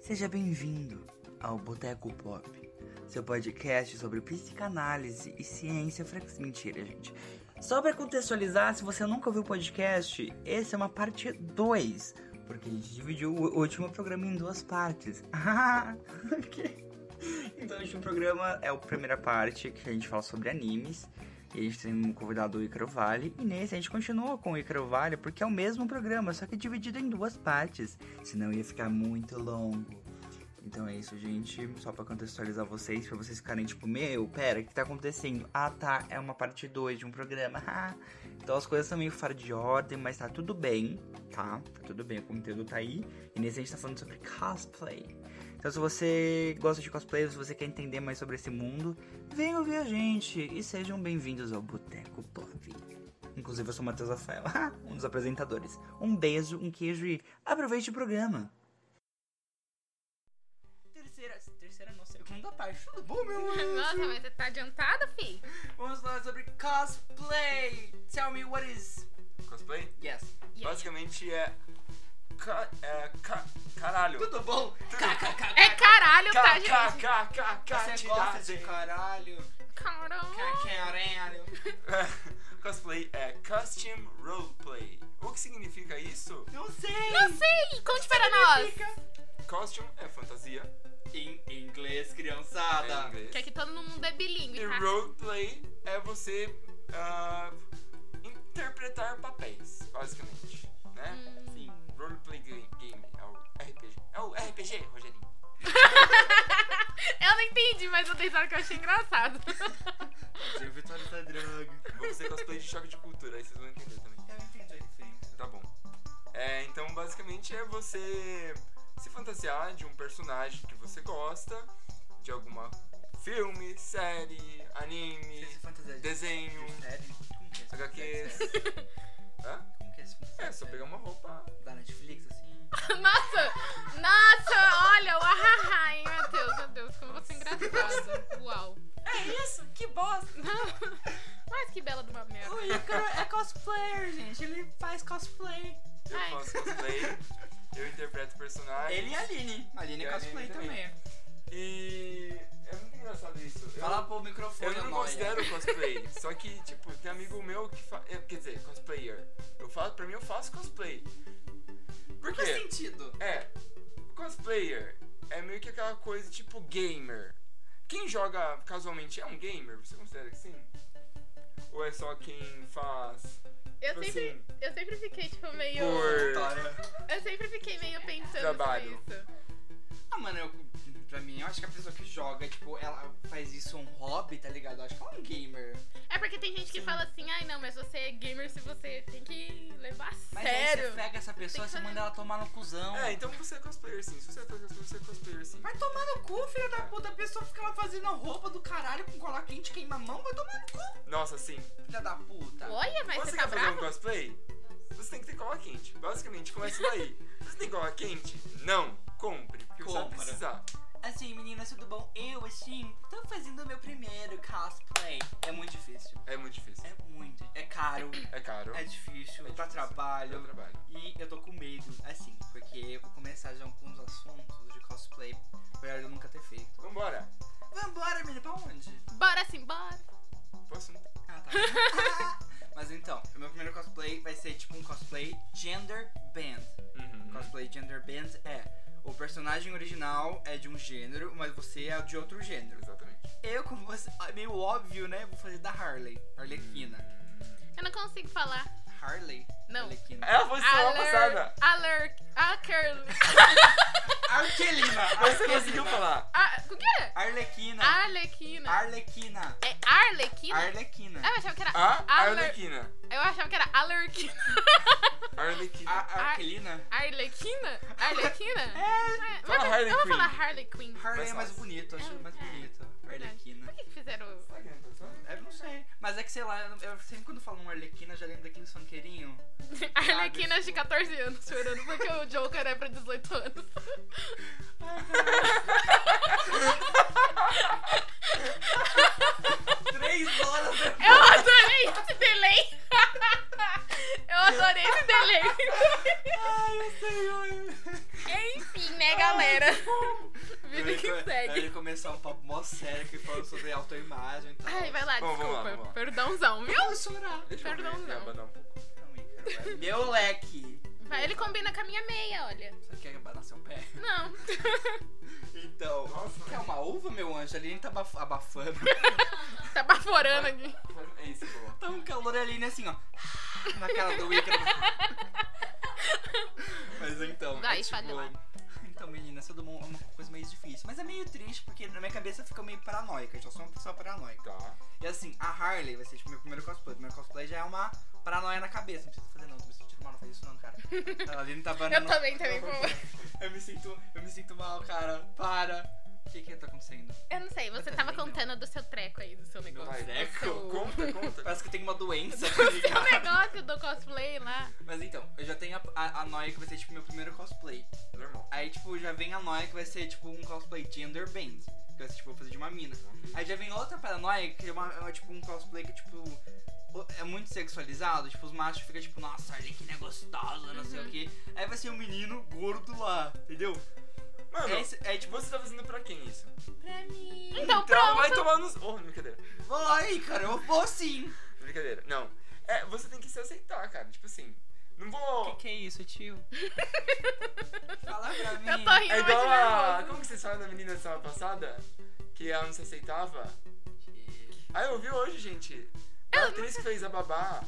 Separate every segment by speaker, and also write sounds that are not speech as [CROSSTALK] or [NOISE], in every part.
Speaker 1: Seja bem-vindo ao Boteco Pop, seu podcast sobre psicanálise e ciência frax. Mentira, gente. Só pra contextualizar, se você nunca ouviu o podcast, esse é uma parte 2, porque a gente dividiu o último programa em duas partes. [LAUGHS] Ah, ok. Então, o último programa é a primeira parte que a gente fala sobre animes. E a gente tem um convidado, o Icaro Vale. E nesse a gente continua com o Icaro Vale, porque é o mesmo programa, só que dividido em duas partes. Senão ia ficar muito longo. Então é isso, gente. Só pra contextualizar vocês, pra vocês ficarem tipo, meu, pera, o que tá acontecendo? Ah, tá, é uma parte 2 de um programa. [LAUGHS] Ah. então as coisas são meio fora de ordem, mas tá tudo bem, tá? Tá tudo bem, o conteúdo tá aí. E nesse a gente tá falando sobre cosplay. Então se você gosta de cosplay, se você quer entender mais sobre esse mundo, venha ouvir a gente e sejam bem-vindos ao Boteco Pop. Inclusive eu sou o Matheus Rafael, [LAUGHS] um dos apresentadores. Um beijo, um queijo e aproveite o programa. Terceira, terceira não, segunda parte. Tudo bom, meu
Speaker 2: Nossa,
Speaker 1: anjo?
Speaker 2: mas você tá adiantado, fi?
Speaker 1: Vamos falar sobre cosplay. Tell me what is.
Speaker 3: Cosplay?
Speaker 1: Yes.
Speaker 2: Yeah.
Speaker 3: Basicamente é. Ca, é ca, caralho.
Speaker 1: Tudo bom? KKK.
Speaker 2: É caralho, tá,
Speaker 3: Ca,
Speaker 2: gente?
Speaker 3: ca, ca, ca, ca,
Speaker 1: Você gosta de
Speaker 3: tiragem.
Speaker 1: caralho? é
Speaker 2: Caramba.
Speaker 1: Caralho.
Speaker 3: Cosplay é Custom Roleplay. O que significa isso?
Speaker 1: Não sei.
Speaker 2: Não sei, conte para nós.
Speaker 3: Costume é fantasia
Speaker 1: Em inglês,
Speaker 3: em
Speaker 1: criançada.
Speaker 3: inglês.
Speaker 2: Que aqui todo mundo é bilíngue,
Speaker 3: E
Speaker 2: tá?
Speaker 3: roleplay é você ah, interpretar papéis, basicamente. Né?
Speaker 1: Sim.
Speaker 3: Roleplay ga- game é o RPG. É o RPG, Rogerinho.
Speaker 2: Eu não entendi, mas eu dei risada que eu achei engraçado. [LAUGHS]
Speaker 1: Eu Vitória tá drag.
Speaker 3: Vou fazer cosplay de choque de cultura, aí vocês vão entender também.
Speaker 1: Eu entendi a referência.
Speaker 3: Tá bom. É, então basicamente é você se fantasiar de um personagem que você gosta, de alguma filme, série, anime,
Speaker 1: Esse fantasia de-
Speaker 3: Então, desenho,
Speaker 1: de série? Como que é esse
Speaker 3: HQs.
Speaker 1: fantasia de série?
Speaker 3: Hã?
Speaker 1: Como que é esse fantasia
Speaker 3: É,
Speaker 1: de
Speaker 3: só
Speaker 1: série?
Speaker 3: pegar um uma roupa.
Speaker 1: Da Netflix, assim.
Speaker 2: Nossa, nossa, olha o ahaha, hein, Matheus. Meu Deus, como você é engraçado. Uau.
Speaker 1: É isso? Que bosta!
Speaker 2: Mas que bela de uma merda.
Speaker 1: O Ícaro é cosplayer, gente. Ele faz cosplay.
Speaker 3: Eu
Speaker 2: Ai.
Speaker 3: faço cosplay, eu interpreto personagens.
Speaker 1: Ele e a Aline. A Aline
Speaker 3: E
Speaker 1: é
Speaker 3: a
Speaker 1: cosplay
Speaker 3: Aline
Speaker 1: também.
Speaker 3: também. E é muito engraçado isso. Eu-
Speaker 1: Fala pro microfone,
Speaker 3: Eu não
Speaker 1: Noia.
Speaker 3: considero cosplay. só que, tipo, tem amigo meu que faz. Quer dizer, cosplayer. Eu faço, pra mim eu faço cosplay. Por
Speaker 1: Não faz
Speaker 3: quê?
Speaker 1: sentido.
Speaker 3: É, cosplayer é meio que aquela coisa tipo gamer. Quem joga casualmente é um gamer? Você considera que sim? Ou é só quem faz
Speaker 2: Eu
Speaker 3: Tipo
Speaker 2: sempre,
Speaker 3: assim.
Speaker 2: eu sempre fiquei, tipo, meio...
Speaker 3: por.
Speaker 1: Vitória.
Speaker 2: Eu sempre fiquei meio pensando sobre
Speaker 3: Trabalho.
Speaker 2: isso.
Speaker 1: Ah, mano, eu, pra mim, eu acho que a pessoa que joga, tipo, ela faz isso um hobby, tá ligado? Eu acho que ela é um gamer.
Speaker 2: É porque tem gente que
Speaker 1: Sim.
Speaker 2: fala assim, ai não, mas você é gamer se você tem que levar a
Speaker 1: Mas aí você
Speaker 2: sério.
Speaker 1: pega essa pessoa,
Speaker 2: Tem que
Speaker 1: você
Speaker 2: fazer-
Speaker 1: manda ela tomar no cuzão.
Speaker 3: É, então você é cosplayer sim. Se você faz cosplay, você é cosplayer sim.
Speaker 1: Vai tomar no cu, filha da puta. A pessoa fica lá fazendo a roupa do caralho com colar quente, queima a mão, vai tomar no cu,
Speaker 3: Nossa, sim.
Speaker 1: filha da puta.
Speaker 2: Olha, mas você,
Speaker 3: você quer
Speaker 2: tá
Speaker 3: fazer
Speaker 2: bravo?
Speaker 3: um cosplay? Você tem que ter cola quente. Basicamente, começa daí. você tem cola quente? Não. Compre, porque você vai
Speaker 1: Compra.
Speaker 3: precisar.
Speaker 1: Assim, meninas, tudo bom? Eu, assim, tô fazendo o meu primeiro cosplay. É muito difícil.
Speaker 3: É muito difícil.
Speaker 1: É muito. É caro.
Speaker 3: É caro.
Speaker 1: É difícil. dá
Speaker 3: É difícil. Dá
Speaker 1: trabalho.
Speaker 3: trabalho.
Speaker 1: E eu tô com medo, assim, porque eu vou começar já com uns assuntos de cosplay, apesar de eu nunca ter feito.
Speaker 3: Vambora.
Speaker 1: Vambora, menina, pra onde?
Speaker 2: Bora sim, bora.
Speaker 3: Posso?
Speaker 1: Ah, tá. Mas então, o meu primeiro cosplay vai ser tipo um cosplay gender band.
Speaker 3: Uhum.
Speaker 1: Cosplay gender band é o personagem original é de um gênero, mas você é de outro gênero.
Speaker 3: Exatamente.
Speaker 1: Eu, como você. ah, Meio óbvio, né? Vou fazer da Harley.
Speaker 3: Hum.
Speaker 1: Arlequina.
Speaker 2: Eu não consigo falar.
Speaker 1: Harley?
Speaker 2: Não.
Speaker 1: Arlequina.
Speaker 3: Ela foi semana é passada.
Speaker 2: Alert, alert, alert.
Speaker 1: Arlequina!
Speaker 3: Mas [LAUGHS] você conseguiu falar.
Speaker 2: Ah, o quê? Ah,
Speaker 1: Arlequina!
Speaker 2: Arlequina.
Speaker 1: Arlequina!
Speaker 2: É Arlequina?
Speaker 1: Arlequina!
Speaker 2: Ah, Eu achava que era...
Speaker 3: A
Speaker 2: Alert.
Speaker 3: Arlequina.
Speaker 2: Eu achava que era Alerquina. Ah,
Speaker 3: Arlequina.
Speaker 1: A- Arlequina?
Speaker 2: Arlequina? Arlequina? É.
Speaker 3: Fala
Speaker 2: mas
Speaker 3: Harley
Speaker 2: eu vou
Speaker 3: Quinn.
Speaker 2: falar Harley Quinn.
Speaker 1: Harley é
Speaker 3: Mais
Speaker 1: mais
Speaker 3: fácil.
Speaker 1: bonito, acho
Speaker 2: É,
Speaker 1: mais
Speaker 2: é.
Speaker 1: bonito.
Speaker 2: Verdade.
Speaker 1: Arlequina.
Speaker 2: Por que que fizeram...
Speaker 3: Sabe quem é a pessoa?
Speaker 1: Eu não sei. Mas é que, sei lá, eu, eu sempre quando falam Arlequina, eu já lembro daquele
Speaker 3: [LAUGHS]
Speaker 1: funkeirinho.
Speaker 2: Arlequinas de 14 anos chorando porque o Joker é pra 18 anos.
Speaker 3: [LAUGHS]
Speaker 1: Três horas depois.
Speaker 2: Eu adorei esse delay. [LAUGHS] Eu adorei esse delay.
Speaker 1: Ai, meu senhor.
Speaker 2: Enfim, né, galera. Vida
Speaker 1: Ele
Speaker 2: que
Speaker 1: co-
Speaker 2: segue.
Speaker 1: Ele começar um papo mó sério que fala sobre autoimagem e tal.
Speaker 2: Ai, vai lá,
Speaker 3: Bom, vamos lá,
Speaker 2: desculpa.
Speaker 3: vamos lá.
Speaker 2: Perdãozão, viu?
Speaker 1: Eu chorar.
Speaker 3: Deixa eu ver
Speaker 2: Perdão,
Speaker 3: aqui,
Speaker 2: não.
Speaker 3: abanar um pouco.
Speaker 1: Calma aí, cara. vai.
Speaker 4: Meu leque.
Speaker 2: Vai, ele combina com a minha meia, olha.
Speaker 1: Você quer abanar seu pé?
Speaker 2: Não. [LAUGHS]
Speaker 1: Então.
Speaker 3: Nossa,
Speaker 1: Quer uma uva, meu anjo? Ali a gente tá abaf-
Speaker 2: [LAUGHS]
Speaker 1: abafando.
Speaker 2: Tá baforando aqui.
Speaker 3: mas- é isso, boa.
Speaker 1: Tá um calor ali, né? Assim, ó. Na cara do Wicca. Mas então.
Speaker 2: Vai,
Speaker 1: é, tipo...
Speaker 2: fale lá.
Speaker 1: Então, meninas, todo mundo é uma coisa meio difícil. Mas é meio triste, porque na minha cabeça fica meio paranoica. Eu já sou uma pessoa paranoica.
Speaker 3: Tá.
Speaker 1: E assim, a Harley vai ser tipo meu primeiro cosplay. Meu cosplay já é uma paranoia na cabeça. Não precisa fazer não, tô me sentindo mal, não faz isso não,
Speaker 2: [LAUGHS]
Speaker 1: cara. A Aline tá
Speaker 2: Eu
Speaker 1: banando.
Speaker 2: também, também. Vou...
Speaker 1: Eu me sinto, eu me sinto mal, cara. Para. O que que tá acontecendo?
Speaker 2: Eu não sei, você
Speaker 1: Eu
Speaker 2: tava
Speaker 1: também não.
Speaker 2: contando do seu treco aí, do seu negócio.
Speaker 3: Vai,
Speaker 1: treco?
Speaker 3: Conta, conta.
Speaker 1: Parece que tem uma
Speaker 2: [LAUGHS]
Speaker 1: doença, tá ligado?
Speaker 2: O negócio do cosplay lá.
Speaker 1: Mas então, eu já tenho a, a, a noia que vai ser tipo meu primeiro cosplay.
Speaker 3: Normal.
Speaker 1: Aí, tipo, já vem a noia que vai ser tipo um cosplay gender band. Que vai ser tipo, vou fazer de uma mina. Aí já vem outra paranoia que é, uma, é uma, tipo um cosplay que, tipo, o- é muito sexualizado. Tipo, os machos ficam tipo, nossa, a Arlequina é gostosa, não
Speaker 2: Uhum.
Speaker 1: sei o que. Aí vai ser um menino gordo lá, entendeu?
Speaker 3: Mano,
Speaker 1: É, esse- é tipo,
Speaker 3: você tá fazendo pra quem isso?
Speaker 1: pra mim.
Speaker 2: Então,
Speaker 3: Então
Speaker 2: pronto.
Speaker 3: vai tomar nos. Oh, brincadeira.
Speaker 1: Vai, cara, eu vou sim.
Speaker 3: Brincadeira. Não. É, você tem que se aceitar, cara. Tipo assim. Não vou.
Speaker 1: é isso, tio? [LAUGHS] Fala pra mim.
Speaker 2: Eu tô rindo,
Speaker 3: É
Speaker 2: mas de
Speaker 3: igual a.
Speaker 2: nervoso.
Speaker 3: Como que vocês falaram da menina da semana passada? Que ela não se aceitava? Ah, eu vi hoje, gente. A atriz que fez a babá.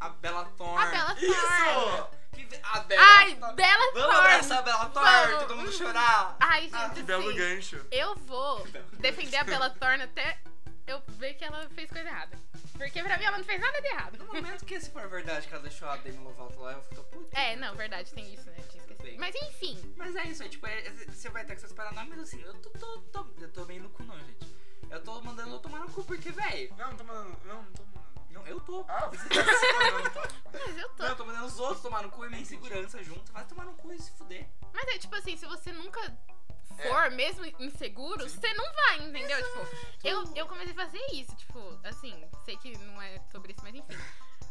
Speaker 1: A Bela Thorne.
Speaker 2: A Bela Thorne.
Speaker 3: Isso!
Speaker 1: Que ve- A Bela
Speaker 2: Ai,
Speaker 1: Thorne.
Speaker 2: Bela
Speaker 1: Vamos
Speaker 2: Thorne.
Speaker 1: abraçar a Bela Thorne,
Speaker 2: Vamos.
Speaker 1: todo mundo chorar.
Speaker 2: Ai,
Speaker 1: Ah,
Speaker 2: gente,
Speaker 3: Que belo
Speaker 2: sim.
Speaker 3: gancho.
Speaker 2: Eu vou defender a Bela Thorne até eu ver que ela fez coisa errada. Porque pra mim ela não fez nada de
Speaker 1: No
Speaker 2: errado.
Speaker 1: momento que se for verdade que ela deixou a Demi Lovato lá, eu fico puto.
Speaker 2: É, não, verdade, tem isso, né? Eu tinha esquecido. Mas enfim,
Speaker 1: Mas é isso, é tipo, é- é- você vai ter que essas paranoias, mas assim, eu tô, tô, tô, eu tô bem no cu não, gente. Eu tô mandando eu tomar no cu, porque, velho,
Speaker 3: Não, não tô mandando. Não, não tô mandando. não.
Speaker 1: não, eu tô.
Speaker 3: Ah, você tá se mandando. tá.
Speaker 2: [LAUGHS] mas eu tô.
Speaker 1: Não, eu tô mandando os outros tomar no cu e minha insegurança junto. Vai tomar no cu e se fuder.
Speaker 2: Mas é tipo assim, se você nunca
Speaker 3: É.
Speaker 2: for mesmo inseguro, você não vai, entendeu?
Speaker 3: ah,
Speaker 2: Tipo, eu, eu comecei a fazer isso, tipo, assim, sei que não é sobre isso, mas enfim.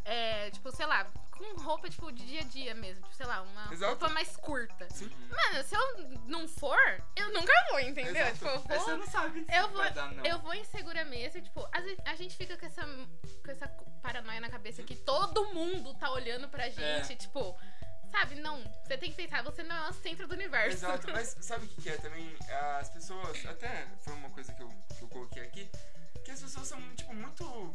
Speaker 2: É, tipo, sei lá, com roupa, tipo, de dia a dia mesmo. Tipo, sei lá, uma
Speaker 3: Exato.
Speaker 2: roupa mais curta.
Speaker 3: Sim.
Speaker 2: Mano, se eu não for, eu nunca vou, entendeu?
Speaker 3: Exato. é
Speaker 2: Tipo, eu
Speaker 1: Mas Você
Speaker 2: vou.
Speaker 1: não sabe se
Speaker 2: eu vou-
Speaker 1: vai dar, não.
Speaker 2: Eu vou insegura mesmo, e, tipo, às vezes a gente fica com essa, com essa paranoia na cabeça que todo mundo tá olhando pra gente, tipo, sabe, não, você tem que pensar, você não é o centro do universo.
Speaker 3: Exato, mas sabe o que, que é também? As pessoas. Até foi uma coisa que eu, que eu coloquei aqui. Que as pessoas são, tipo, muito.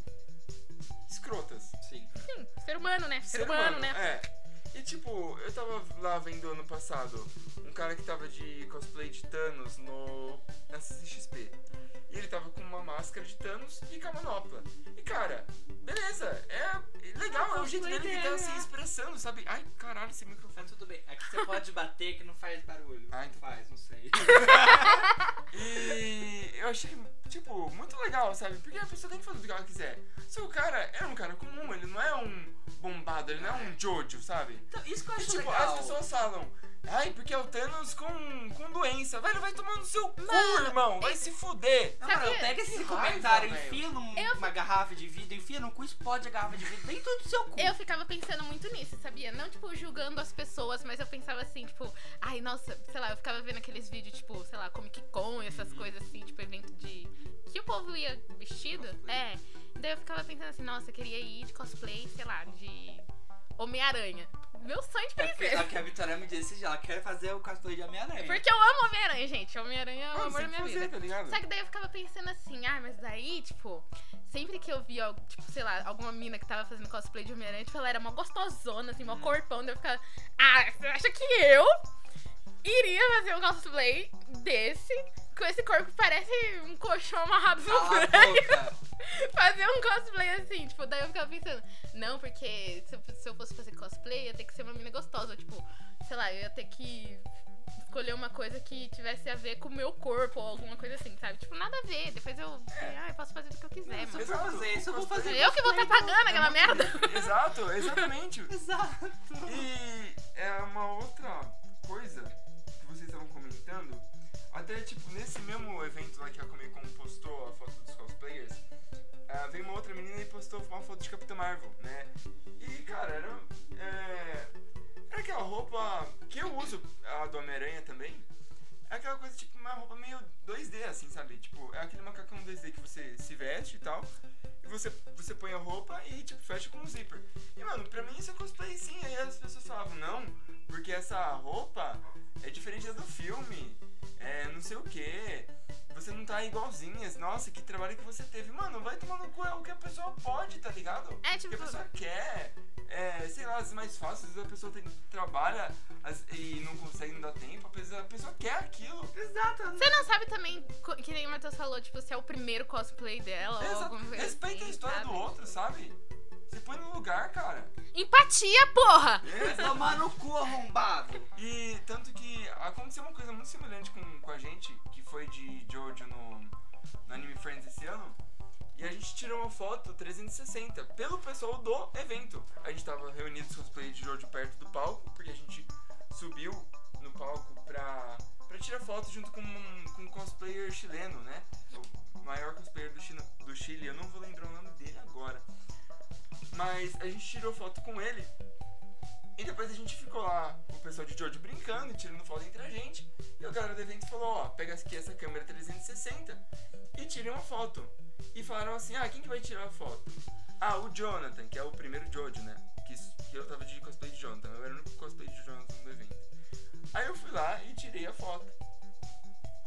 Speaker 3: escrotas.
Speaker 1: Sim.
Speaker 2: Sim, ser humano, né? Ser, humano, né?
Speaker 3: É. E tipo, eu tava lá vendo ano passado um cara que tava de cosplay de Thanos no. na CCXP. E ele tava com uma máscara de Thanos e com a manopla. E cara, beleza, é legal, é o jeito
Speaker 1: cosplay
Speaker 3: dele que tá
Speaker 1: dele,
Speaker 3: se
Speaker 1: né?
Speaker 3: expressando, sabe? Ai, caralho,
Speaker 1: [LAUGHS]
Speaker 3: esse
Speaker 1: Tá
Speaker 3: microfone.
Speaker 1: tudo bem. Aqui você pode bater que não faz barulho.
Speaker 3: Ah, então
Speaker 1: faz, não sei.
Speaker 3: E eu achei, tipo, muito legal, sabe? Porque a pessoa tem que fazer o que ela quiser. Só o cara é um cara comum, ele não é um bombado, ele não é um Jojo, sabe?
Speaker 1: Então, isso que eu
Speaker 3: E,
Speaker 1: acho
Speaker 3: tipo,
Speaker 1: legal.
Speaker 3: as pessoas falam, ai, porque é o Thanos com, com doença. Velho, vai tomar no seu cu,
Speaker 2: Mano,
Speaker 3: irmão. Vai se fuder.
Speaker 1: Não, mano,
Speaker 2: Sabe-
Speaker 1: pega
Speaker 3: Que
Speaker 1: esse
Speaker 3: raiva,
Speaker 1: comentário,
Speaker 3: velho.
Speaker 1: enfia numa
Speaker 2: Eu-
Speaker 1: garrafa de vidro, enfia no cu, explode a garrafa de vidro dentro do seu cu.
Speaker 2: Eu ficava pensando muito nisso, sabia? Não, tipo, julgando as pessoas, mas eu pensava assim, tipo, ai, nossa, sei lá, eu ficava vendo aqueles vídeos, tipo, sei lá, Comic Con e essas
Speaker 1: Uhum.
Speaker 2: coisas assim, tipo, evento de. que o povo ia vestido.
Speaker 1: Cosplay.
Speaker 2: É. Daí eu ficava pensando assim, nossa, eu queria ir de cosplay, sei lá, de Homem-Aranha. Meu sonho de
Speaker 1: É porque
Speaker 2: princesa.
Speaker 1: a que a Vitória me disse já, ela quer fazer o cosplay de Homem-Aranha.
Speaker 2: Porque eu amo Homem-Aranha, gente. Homem-Aranha é o
Speaker 3: Mano,
Speaker 2: amor
Speaker 3: você
Speaker 2: da minha
Speaker 3: tem que
Speaker 2: vida.
Speaker 3: fazer, tá ligado?
Speaker 2: Só que daí eu ficava pensando assim, ah, mas daí, tipo, sempre que eu via, al- tipo, sei lá, alguma mina que tava fazendo cosplay de Homem-Aranha, tipo, ela era mó gostosona, assim, mó corpão, daí eu ficava, ah, você acha que eu iria fazer um cosplay desse, com esse corpo que parece um colchão amarrado no
Speaker 1: Cala a
Speaker 2: branco?
Speaker 1: boca.
Speaker 2: fazer um cosplay assim, tipo, daí eu ficava pensando, não, porque se eu, se eu fosse fazer cosplay, ia ter que ser uma menina gostosa, tipo, sei lá, eu ia ter que escolher uma coisa que tivesse a ver com o meu corpo ou alguma coisa assim, sabe? Tipo, nada a ver, depois eu, ah, eu posso fazer o que eu quiser,
Speaker 1: Se
Speaker 2: mano.
Speaker 1: eu for fazer isso, eu vou fazer
Speaker 2: Eu que vou estar
Speaker 3: então.
Speaker 2: pagando aquela
Speaker 3: [LAUGHS]
Speaker 2: merda.
Speaker 3: Exato, exatamente.
Speaker 2: [LAUGHS]
Speaker 1: Exato.
Speaker 3: E é uma outra coisa que vocês estavam comentando. Até tipo, nesse mesmo evento lá que a Comic Con postou a foto dos cosplayers, ah, veio uma outra menina e postou uma foto de Capitã Marvel, né? E cara, era, é, era aquela roupa que eu uso, a do Homem-Aranha também. uma coisa, tipo, uma roupa meio 2D, assim, sabe? Tipo, é aquele macacão 2D que você se veste e tal. E você, você põe a roupa e, tipo, fecha com um zíper. E, mano, pra mim isso é cosplay sim. Aí as pessoas falavam, não, porque essa roupa é diferente da do filme. É não sei o que. Você não tá igualzinhas. Nossa, que trabalho que você teve. Mano, vai tomar no cu é o que a pessoa pode, tá ligado?
Speaker 2: É,
Speaker 3: O que
Speaker 2: tipo,
Speaker 3: a pessoa quer. É, sei lá, as mais fáceis, a pessoa tem, trabalha as- e não consegue, não dá tempo, a pessoa, a pessoa quer aquilo.
Speaker 1: Exato.
Speaker 2: você não sabe também, co- que nem o Matheus falou, tipo, se é o primeiro cosplay dela ou
Speaker 3: Exato.
Speaker 2: alguma coisa
Speaker 3: Respeita a
Speaker 2: assim,
Speaker 3: história
Speaker 2: sabe?
Speaker 3: do outro, sabe? Se põe no lugar, cara.
Speaker 2: Empatia, porra!
Speaker 1: Vai tomar no cu arrombado.
Speaker 3: E tanto que aconteceu uma coisa muito semelhante com, com a gente, que foi de Jojo no, no Anime Friends esse ano. E a gente tirou uma foto 360 pelo pessoal do evento. A gente tava reunido os cosplay de Jojo perto do palco, porque a gente subiu no palco pra, pra tirar foto junto com um, com um cosplayer chileno, né? O maior cosplayer do, China, do Chile, eu não vou lembrar o nome dele agora. Mas a gente tirou foto com ele e depois a gente ficou lá, o pessoal de Jojo brincando, tirando foto entre a gente. E o cara do evento falou, ó, pega aqui essa câmera 360 e tire uma foto. E falaram assim, ah, quem que vai tirar a foto? Ah, o Jonathan, que é o primeiro Jojo, né? Que, s- que eu tava de cosplay de Jonathan, eu era o único cosplay de Jonathan do evento. Aí eu fui lá e tirei a foto.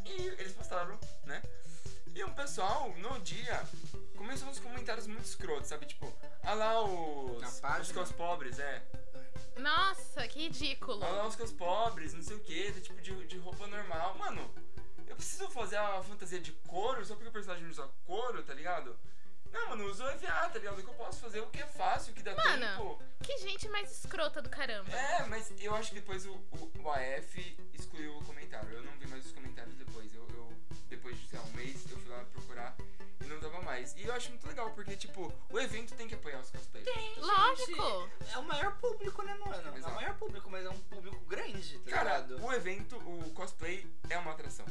Speaker 3: E eles postaram, né? E um pessoal, no dia, começou uns comentários muito escrotos, sabe? Tipo, ah lá os,
Speaker 1: Na
Speaker 3: os
Speaker 1: página?
Speaker 3: cos pobres, é.
Speaker 2: Nossa, que ridículo.
Speaker 3: Olha lá os seus pobres, não sei o que, tipo de, de roupa normal. Mano, eu preciso fazer a fantasia de couro só porque o personagem usa couro, tá ligado? Não, mano, usa o EVA, tá ligado? O que eu posso fazer, o que é fácil, o que dá
Speaker 2: Mano.
Speaker 3: tempo.
Speaker 2: Que gente mais escrota do caramba.
Speaker 3: É, mas eu acho que depois o, o, o AF excluiu o comentário. Eu não vi mais os comentários depois. Eu, eu- depois de sei lá, um mês, eu fui lá procurar e não dava mais. E eu acho muito legal, porque, tipo, o evento tem que apoiar os tá cosplayers.
Speaker 2: Lógico.
Speaker 1: É o maior público, né, mano? É
Speaker 3: Exato.
Speaker 1: o maior público, mas é um público grande, tá
Speaker 3: Cara,
Speaker 1: ligado?
Speaker 3: o evento, o cosplay é uma atração.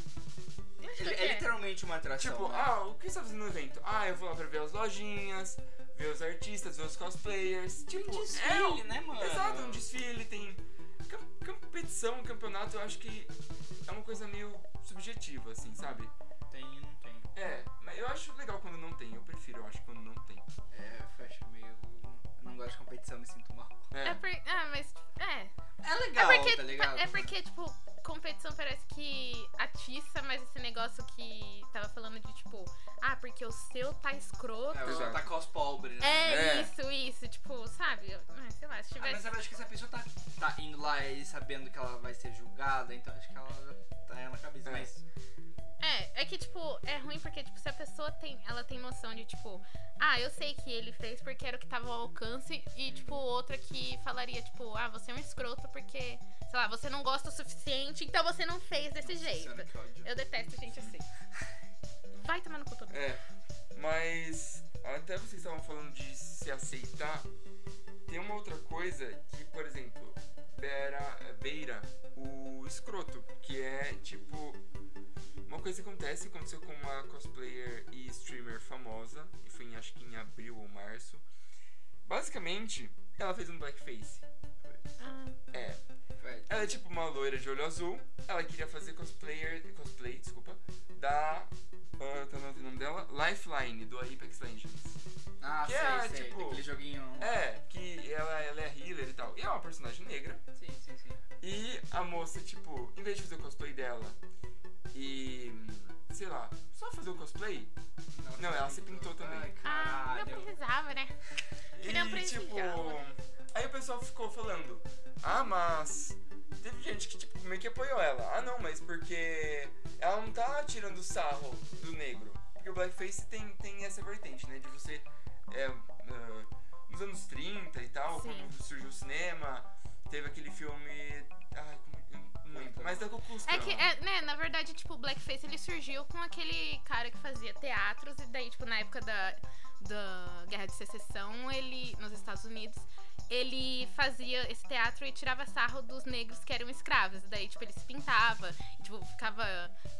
Speaker 2: Eu acho
Speaker 1: Ele
Speaker 2: que
Speaker 1: é
Speaker 2: é.
Speaker 1: literalmente uma atração.
Speaker 3: Tipo,
Speaker 1: né?
Speaker 3: ah, o que você tá fazendo no evento? Ah, eu vou lá pra ver as lojinhas, ver os artistas, ver os cosplayers.
Speaker 1: Tem
Speaker 3: Tipo,
Speaker 1: um
Speaker 3: é
Speaker 1: desfile,
Speaker 3: um-
Speaker 1: né, mano?
Speaker 3: Exato, um desfile, tem cam- competição, campeonato, eu acho que é uma coisa meio subjetiva, assim, sabe?
Speaker 1: Tem, não tem.
Speaker 3: É, mas eu acho legal quando não tem, eu prefiro, eu acho, quando não tem.
Speaker 1: É, eu acho meio. Eu não gosto de competição, me sinto mal.
Speaker 2: É por... Ah, mas. É.
Speaker 1: É
Speaker 2: É
Speaker 1: legal,
Speaker 2: porque,
Speaker 1: tá ligado?
Speaker 2: é porque, tipo, competição parece que atiça, mas esse negócio que tava falando de, tipo, ah, porque o seu tá escroto.
Speaker 1: É, você
Speaker 3: Exato.
Speaker 1: tá com os pobres, né?
Speaker 2: É,
Speaker 3: É.
Speaker 2: isso, isso, tipo, sabe? Ah, Sei lá, se
Speaker 1: Ah, mas
Speaker 2: tivesse.
Speaker 1: eu acho que se a pessoa tá, tá indo lá e sabendo que ela vai ser julgada, então acho que ela já tá na cabeça.
Speaker 3: É.
Speaker 1: Mas
Speaker 2: É, é que, tipo, é ruim porque, tipo, se a pessoa tem. Ela tem noção de, tipo, ah, eu sei que ele fez porque era o que tava ao alcance.
Speaker 1: Uhum.
Speaker 2: E, tipo, outra que falaria, tipo, ah, você é um escroto porque, sei lá, você não gosta o suficiente, então você não fez desse
Speaker 1: Nossa
Speaker 2: jeito.
Speaker 1: Senhora, que ódio.
Speaker 2: Eu detesto gente assim. Vai tomar no cu todo mundo.
Speaker 3: É, mas até vocês estavam falando de se aceitar. Tem uma outra coisa que, por exemplo, beira, beira o escroto, que é tipo. Uma coisa que acontece, aconteceu com uma cosplayer e streamer famosa, e foi em, acho que em abril ou março. Basicamente, ela fez um blackface.
Speaker 2: Ah.
Speaker 3: É,
Speaker 1: Vai.
Speaker 3: ela é tipo uma loira de olho azul. Ela queria fazer cosplayer. Cosplay, desculpa. Da. ah, tá não o nome dela? Lifeline, do Apex Legends.
Speaker 1: Ah,
Speaker 3: Que
Speaker 1: sei,
Speaker 3: é,
Speaker 1: sei.
Speaker 3: tipo-
Speaker 1: Tem aquele joguinho.
Speaker 3: É, que ela, ela é healer e tal. E é uma personagem negra.
Speaker 1: Sim, sim, sim.
Speaker 3: E a moça, tipo, em vez de fazer o cosplay dela e. sei lá, só fazer o cosplay. Não, ela se pintou também.
Speaker 1: um Ai,
Speaker 2: Ah,
Speaker 1: caralho.
Speaker 2: eu precisava, né?
Speaker 3: E,
Speaker 2: Ele é um
Speaker 3: tipo.
Speaker 2: presidiário.
Speaker 3: Aí o pessoal ficou falando. Ah, mas. Teve gente que, tipo, meio que apoiou ela. Ah, não, mas porque. Ela não tá tirando sarro do negro. Porque o blackface tem, tem essa vertente, né? De você. É, ah, nos anos 30 e tal,
Speaker 2: Sim.
Speaker 3: quando surgiu o cinema, teve aquele filme. Ai, como. é eu Não lembro. Mas da Cucuz
Speaker 2: É que, é, né, na verdade, tipo, o Blackface ele surgiu com aquele cara que fazia teatros, e daí, tipo, na época da, da Guerra de Secessão, ele, nos Estados Unidos, ele fazia esse teatro e tirava sarro dos negros que eram escravos. E daí, tipo, ele se pintava, e, tipo, ficava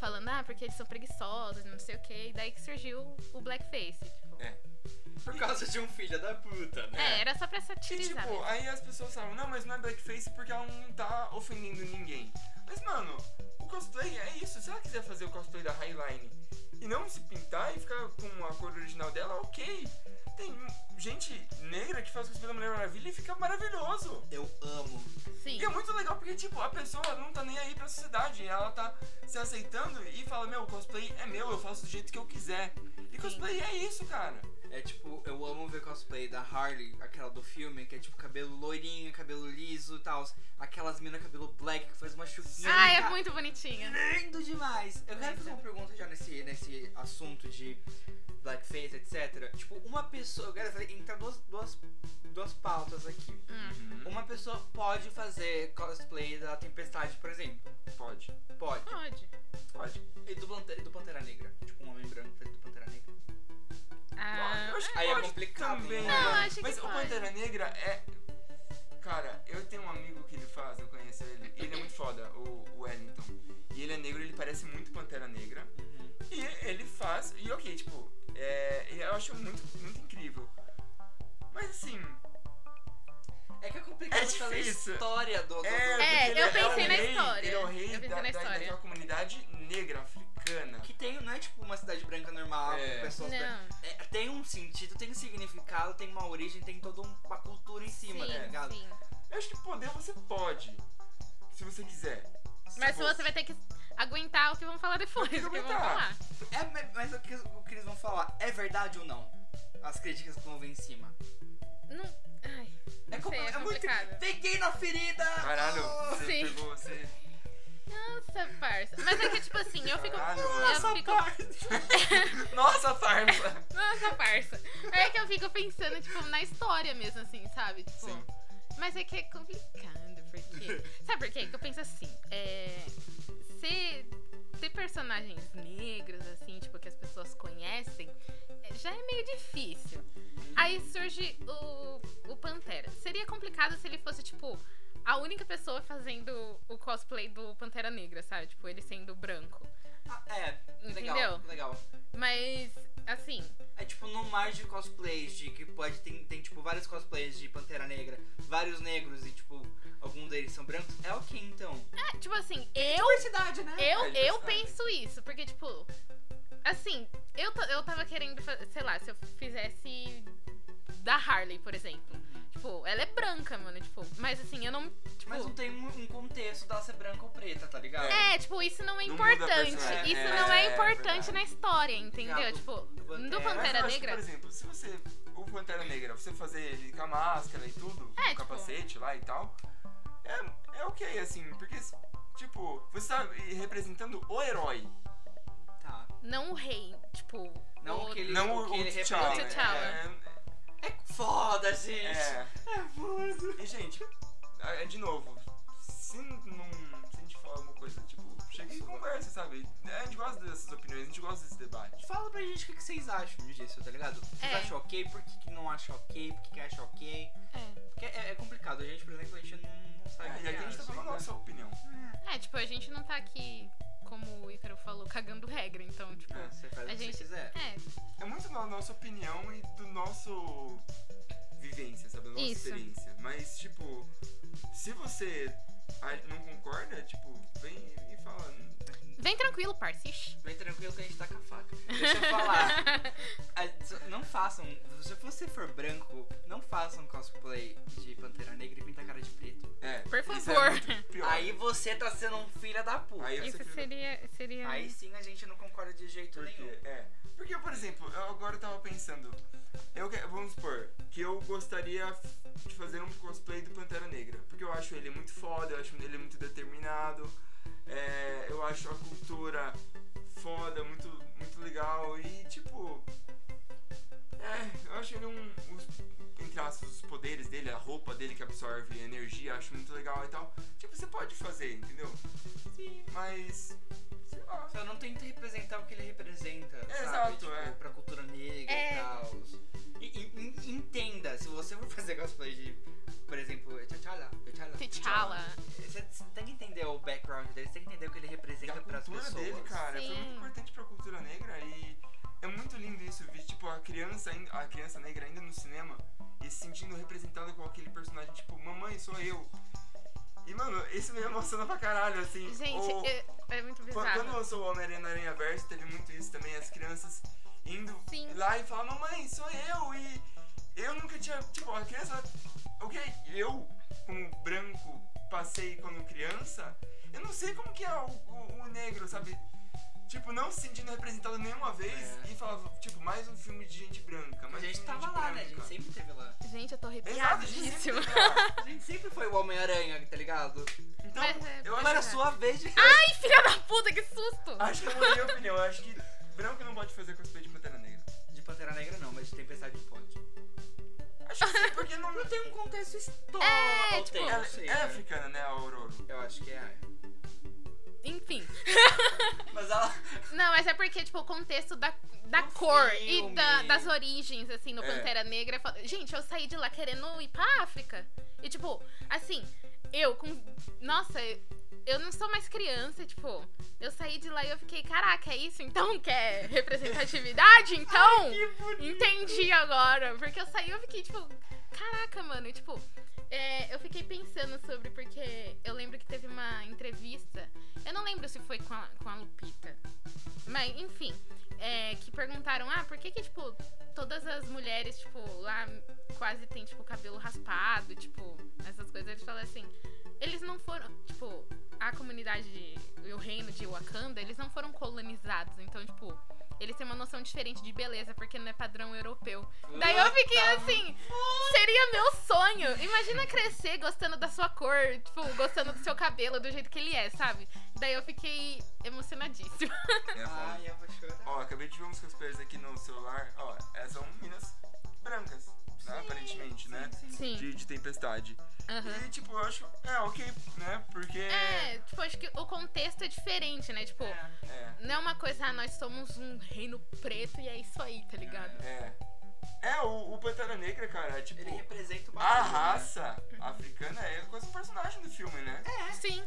Speaker 2: falando, ah, porque eles são preguiçosos, não sei o quê, e daí que surgiu o Blackface. Tipo.
Speaker 3: É.
Speaker 1: Por causa de um filho da puta, né?
Speaker 2: É, era só pra
Speaker 3: E
Speaker 2: satirizar.
Speaker 3: tipo,
Speaker 2: mesmo.
Speaker 3: aí as pessoas falam, não, mas não é blackface porque ela não tá ofendendo ninguém. Mas mano, o cosplay é isso, se se ela quiser fazer o cosplay da Highline e não se pintar e ficar com a cor original dela, ok. Tem gente negra que faz cosplay da Mulher Maravilha e fica maravilhoso.
Speaker 2: É.
Speaker 1: Eu amo.
Speaker 2: Sim.
Speaker 3: E é muito legal porque, tipo, a pessoa não tá nem aí pra sociedade. Ela tá se aceitando e fala, meu, o cosplay é meu, eu faço do jeito que eu quiser. E cosplay é isso, cara.
Speaker 1: É tipo, eu amo ver cosplay da Harley, aquela do filme, que é tipo cabelo loirinho, cabelo liso e tal. Aquelas mina cabelo black que faz uma chuvinha.
Speaker 2: Ah, é muito bonitinha.
Speaker 1: lindo demais. Eu quero fazer uma pergunta já nesse, nesse assunto de blackface, etc. Tipo, uma pessoa. Eu quero fazer, entrar duas, duas, duas pautas aqui.
Speaker 2: Hum.
Speaker 1: Uma pessoa pode fazer cosplay da Tempestade, por exemplo.
Speaker 3: Pode,
Speaker 1: Pode.
Speaker 2: Pode.
Speaker 3: pode.
Speaker 1: E do, Plante- e do Pantera Negra. Tipo, um homem branco fez do Pantera Negra.
Speaker 2: Ah,
Speaker 3: Eu acho que
Speaker 1: Aí é
Speaker 3: pode
Speaker 1: complicado,
Speaker 3: Também,
Speaker 1: hein?
Speaker 2: Não,
Speaker 3: mano.
Speaker 2: acho que
Speaker 3: Mas
Speaker 2: pode.
Speaker 3: o Pantera Negra é. Cara, eu tenho um amigo que ele faz, eu conheço ele. e Ele é muito foda, o o Wellington. E ele é negro, ele parece muito Pantera Negra. E ele faz. E ok, tipo, é, eu acho muito, muito incrível. Mas assim,
Speaker 1: É que é complicado
Speaker 3: É
Speaker 1: pela
Speaker 3: difícil.
Speaker 1: história do. do- do-
Speaker 2: É,
Speaker 3: porque
Speaker 2: eu
Speaker 3: ele
Speaker 2: pensei
Speaker 3: o
Speaker 2: na
Speaker 3: rei-
Speaker 2: história.
Speaker 3: Ele é o rei
Speaker 2: Eu pensei
Speaker 3: da,
Speaker 2: na
Speaker 3: da,
Speaker 2: história.
Speaker 3: daquela comunidade negra, africana.
Speaker 1: Que tem, não é tipo uma cidade branca normal,
Speaker 3: É.
Speaker 1: com pessoas brancas.
Speaker 2: Não.
Speaker 1: É, tem um sentido, tem um significado, tem uma origem, tem toda um- uma cultura em cima,
Speaker 3: né,
Speaker 1: tá
Speaker 2: sim,
Speaker 1: ligado?
Speaker 2: sim.
Speaker 3: Eu acho que poder você pode. Se você quiser.
Speaker 2: Mas
Speaker 3: se
Speaker 2: você vai ter que aguentar o que vão falar depois.
Speaker 3: Vou ter que
Speaker 2: o que vão
Speaker 3: aguentar.
Speaker 2: falar.
Speaker 1: É, mas- mas o que, o que eles vão falar, é verdade ou não? As críticas que vão vir em cima.
Speaker 2: Não. Ai.
Speaker 1: É,
Speaker 2: Não
Speaker 1: compli-
Speaker 2: sei, é
Speaker 1: é muito.
Speaker 2: complicado.
Speaker 1: Peguei na ferida!
Speaker 2: [LAUGHS]
Speaker 3: Caralho,
Speaker 1: Ah!
Speaker 3: você
Speaker 2: Sim.
Speaker 3: pegou você.
Speaker 2: Nossa, parça. Mas é que, tipo assim, eu fico.
Speaker 3: Caralho,
Speaker 2: eu
Speaker 1: Nossa,
Speaker 2: fico.
Speaker 1: parte!
Speaker 3: Nossa, farsa!
Speaker 2: Nossa, parça. É que eu fico pensando, tipo, na história mesmo, assim, sabe? Tipo.
Speaker 3: Sim.
Speaker 2: Mas é que é complicado, porque. Sabe por quê? Que eu penso assim, é. Se ter personagens negros, assim, tipo, que as pessoas conhecem, é, já é meio difícil. Aí surge o, o Pantera. Seria complicado se ele fosse, tipo, a única pessoa fazendo o cosplay do Pantera Negra, sabe? Tipo, ele sendo branco.
Speaker 1: Ah, é, legal,
Speaker 2: Entendeu?
Speaker 1: legal.
Speaker 2: Mas, assim,
Speaker 1: É tipo num mar de cosplays de que pode tem, tem tipo vários cosplays de Pantera Negra, vários negros e tipo algum deles são brancos. É ok então.
Speaker 2: é, tipo assim, eu
Speaker 1: Diversidade, né?
Speaker 2: Eu,
Speaker 3: Aí
Speaker 2: eu
Speaker 3: você
Speaker 2: penso isso, porque, tipo, assim, eu, ta- eu tava querendo, fa- sei lá, se eu fizesse da Harley, por exemplo. Tipo, ela é branca, mano, tipo, mas assim, eu não. Tipo,
Speaker 1: Mas não tem um, um contexto dela ser branca ou preta, tá ligado?
Speaker 2: é, tipo, isso não é
Speaker 3: Não muda a
Speaker 2: importante.
Speaker 3: personalidade.
Speaker 2: Isso
Speaker 1: É,
Speaker 2: não é
Speaker 3: é
Speaker 2: importante
Speaker 3: verdade.
Speaker 2: na história, entendeu?
Speaker 1: Obrigado.
Speaker 2: Tipo,
Speaker 1: Pantera. Mas
Speaker 2: do [LAUGHS]
Speaker 3: Mas
Speaker 2: Pantera
Speaker 3: eu acho que,
Speaker 2: Negra.
Speaker 3: por exemplo, se você. O Pantera Negra, você fazer ele com a máscara e tudo,
Speaker 2: É,
Speaker 3: com o
Speaker 2: tipo-
Speaker 3: capacete lá e tal, é, é ok, assim, porque, tipo, você tá representando o herói.
Speaker 1: Tá.
Speaker 2: Não o rei, tipo.
Speaker 1: Não
Speaker 2: o-
Speaker 1: que ele, tipo,
Speaker 3: Não o,
Speaker 1: que ele
Speaker 3: o T'Challa.
Speaker 1: representa.
Speaker 2: T'Challa.
Speaker 1: É foda, gente.
Speaker 3: É, é.
Speaker 1: É foda.
Speaker 3: E, gente, é, de novo, se não. Se a gente falar alguma coisa, tipo, chega e conversa, sabe? A gente gosta dessas opiniões, a gente gosta desse debate.
Speaker 1: Fala pra gente o que que vocês acham disso, tá ligado? Vocês
Speaker 2: É.
Speaker 1: acham ok? Por que, que não acham ok? Por que, que acham ok?
Speaker 2: É.
Speaker 1: Porque é, é complicado, a gente, por exemplo, a gente não, não
Speaker 3: E
Speaker 1: sabe. o
Speaker 3: aqui
Speaker 1: que
Speaker 3: a gente tá
Speaker 1: acha,
Speaker 3: falando a
Speaker 1: né?
Speaker 3: nossa opinião.
Speaker 2: É, tipo, a gente não tá aqui, como o Ícaro falou, cagando regra, então, tipo.
Speaker 1: É, Você faz o
Speaker 2: A
Speaker 1: que
Speaker 2: gente-
Speaker 1: você quiser.
Speaker 2: É,
Speaker 3: É muito da nossa opinião e do nosso vivência, sabe? Da nossa
Speaker 2: Isso.
Speaker 3: experiência. Mas, tipo, se você a- não concorda, tipo, vem e fala. "Hum,
Speaker 2: vem tranquilo, parciche.
Speaker 1: Vem tranquilo que a gente tá com a faca. [LAUGHS] Deixa eu falar. A- so- Não façam. Se você for branco, não façam cosplay de Pantera Negra e pinta a cara de preto.
Speaker 3: É.
Speaker 2: [LAUGHS] Por
Speaker 3: isso
Speaker 2: favor.
Speaker 3: É muito pior.
Speaker 1: Aí você tá sendo um filho da puta.
Speaker 3: Aí
Speaker 1: Aí,
Speaker 3: você
Speaker 2: Isso é
Speaker 3: fica-
Speaker 2: seria. seria...
Speaker 1: sim a gente não concorda de jeito
Speaker 3: Porque,
Speaker 1: nenhum.
Speaker 3: é. Porque, por exemplo, eu agora tava pensando. Eu, que- vamos supor, que eu gostaria f- de fazer um cosplay do Pantera Negra. Porque eu acho ele muito foda, eu acho ele muito determinado. é, eu acho a cultura foda, muito, muito legal. E, tipo. É, eu acho ele um. Os, entre aspas, os poderes dele, a roupa dele que absorve energia, acho muito legal e tal. Tipo, você pode fazer, entendeu? Sim. Mas. Sei lá.
Speaker 1: Só Então, não tenta representar o que ele representa, sabe?
Speaker 3: Exato,
Speaker 1: tipo,
Speaker 3: é.
Speaker 1: pra cultura negra
Speaker 2: É.
Speaker 1: e tal. E, e- e- entenda, se você for fazer cosplay de, por exemplo, é T'Challa, T'Challa,
Speaker 2: T'Challa.
Speaker 1: Você você tem que entender o background dele, você tem que entender o que ele
Speaker 3: E
Speaker 1: representa
Speaker 3: Tipo, a
Speaker 1: pras
Speaker 3: cultura
Speaker 1: pessoas.
Speaker 3: dele, cara, foi
Speaker 2: Sim.
Speaker 3: muito importante pra cultura negra e é muito lindo isso, ver, tipo, a criança, ainda- a criança negra ainda no cinema e se sentindo representada com aquele personagem, tipo, mamãe, sou eu. E, mano, isso me emociona pra caralho, assim.
Speaker 2: Gente,
Speaker 3: ou,
Speaker 2: eu- É muito
Speaker 3: Qu-
Speaker 2: bizarro.
Speaker 3: Quando lançou o All Night na Aranha Verso, teve muito isso também, as crianças indo
Speaker 2: Sim.
Speaker 3: lá e falar, mamãe, sou eu, e eu nunca tinha. Tipo, a criança. O que eu, como branco, passei quando criança, eu não sei como que é o, o- o negro, sabe? Tipo, não se sentindo representado nenhuma vez
Speaker 1: É.
Speaker 3: e falava, tipo, mais um filme de gente branca.
Speaker 1: A
Speaker 3: Mais um
Speaker 1: gente
Speaker 3: filme
Speaker 1: tava
Speaker 3: de
Speaker 1: lá,
Speaker 3: branca.
Speaker 1: né? A gente sempre teve lá.
Speaker 2: Gente, eu tô
Speaker 3: Exato, a gente sempre
Speaker 2: arrepiadíssima.
Speaker 3: teve lá.
Speaker 1: A gente sempre foi o Homem-Aranha, tá ligado? [LAUGHS]
Speaker 3: Então,
Speaker 2: Mas é-
Speaker 3: eu acho
Speaker 1: Agora
Speaker 3: que
Speaker 1: a sua vez de.
Speaker 2: Ai, [LAUGHS] filha da puta, que susto!
Speaker 3: Acho que eu mudei a opinião. Eu Acho que branco não pode fazer cosplay de Pantera Negra.
Speaker 1: De Pantera Negra não, mas de Tempestade pode.
Speaker 3: Acho que sim, porque não,
Speaker 1: Não tem um contexto histórico.
Speaker 2: É, tipo-
Speaker 1: tem, não
Speaker 3: Ela
Speaker 1: sei,
Speaker 3: é
Speaker 1: né?
Speaker 3: africana, né, a
Speaker 1: [LAUGHS]
Speaker 3: Aurora?
Speaker 1: Eu acho que
Speaker 3: [LAUGHS]
Speaker 1: é.
Speaker 2: Enfim.
Speaker 1: Mas ela.
Speaker 2: Não, mas é porque, tipo, o contexto da, da
Speaker 1: Do
Speaker 2: cor
Speaker 1: filme.
Speaker 2: e da- das origens, assim, no
Speaker 3: É.
Speaker 2: Pantera Negra. eu falo- Gente, eu saí de lá querendo ir pra África. E, tipo, assim, eu com. Nossa, eu- eu não sou mais criança, tipo. Eu saí de lá e eu fiquei, caraca, é isso então? Que é
Speaker 1: [LAUGHS]
Speaker 2: representatividade? Então? Entendi agora. Porque eu saí e eu fiquei, tipo, caraca, mano. E, tipo, é, eu fiquei pensando sobre, porque eu lembro que teve uma entrevista. Eu não lembro se foi com a, com a Lupita. Mas, enfim, é, que perguntaram, ah, por que que, tipo, todas as mulheres, tipo, lá quase tem, tipo, cabelo raspado, tipo, essas coisas. Eles falam assim, eles não foram, tipo, a comunidade de- e o reino de Wakanda, eles não foram colonizados. Então, tipo, eles têm uma noção diferente de beleza, porque não é padrão europeu. Daí eu fiquei assim, seria meu sonho. Imagina crescer gostando da sua cor, tipo, gostando do seu cabelo, do jeito que ele é, sabe? Daí eu fiquei emocionadíssima.
Speaker 3: É
Speaker 1: Ai, eu vou chorar.
Speaker 3: Ó, acabei de ver uns cosplayers aqui no celular. Ó, essas são minas brancas, né, aparentemente, né?
Speaker 2: Sim.
Speaker 3: De, de tempestade. E, tipo, eu acho. É, ok, né? Porque.
Speaker 2: É, tipo, acho que o contexto é diferente, né? Tipo,
Speaker 1: É.
Speaker 3: É.
Speaker 2: não é uma coisa, ah, nós somos um reino preto e é isso aí, tá ligado?
Speaker 3: É, é o, o Pantera Negra, cara, é, tipo.
Speaker 1: Ele representa o
Speaker 3: A
Speaker 1: bagulho, né?
Speaker 3: raça africana é quase um personagem do filme, né?
Speaker 1: É.
Speaker 2: Sim,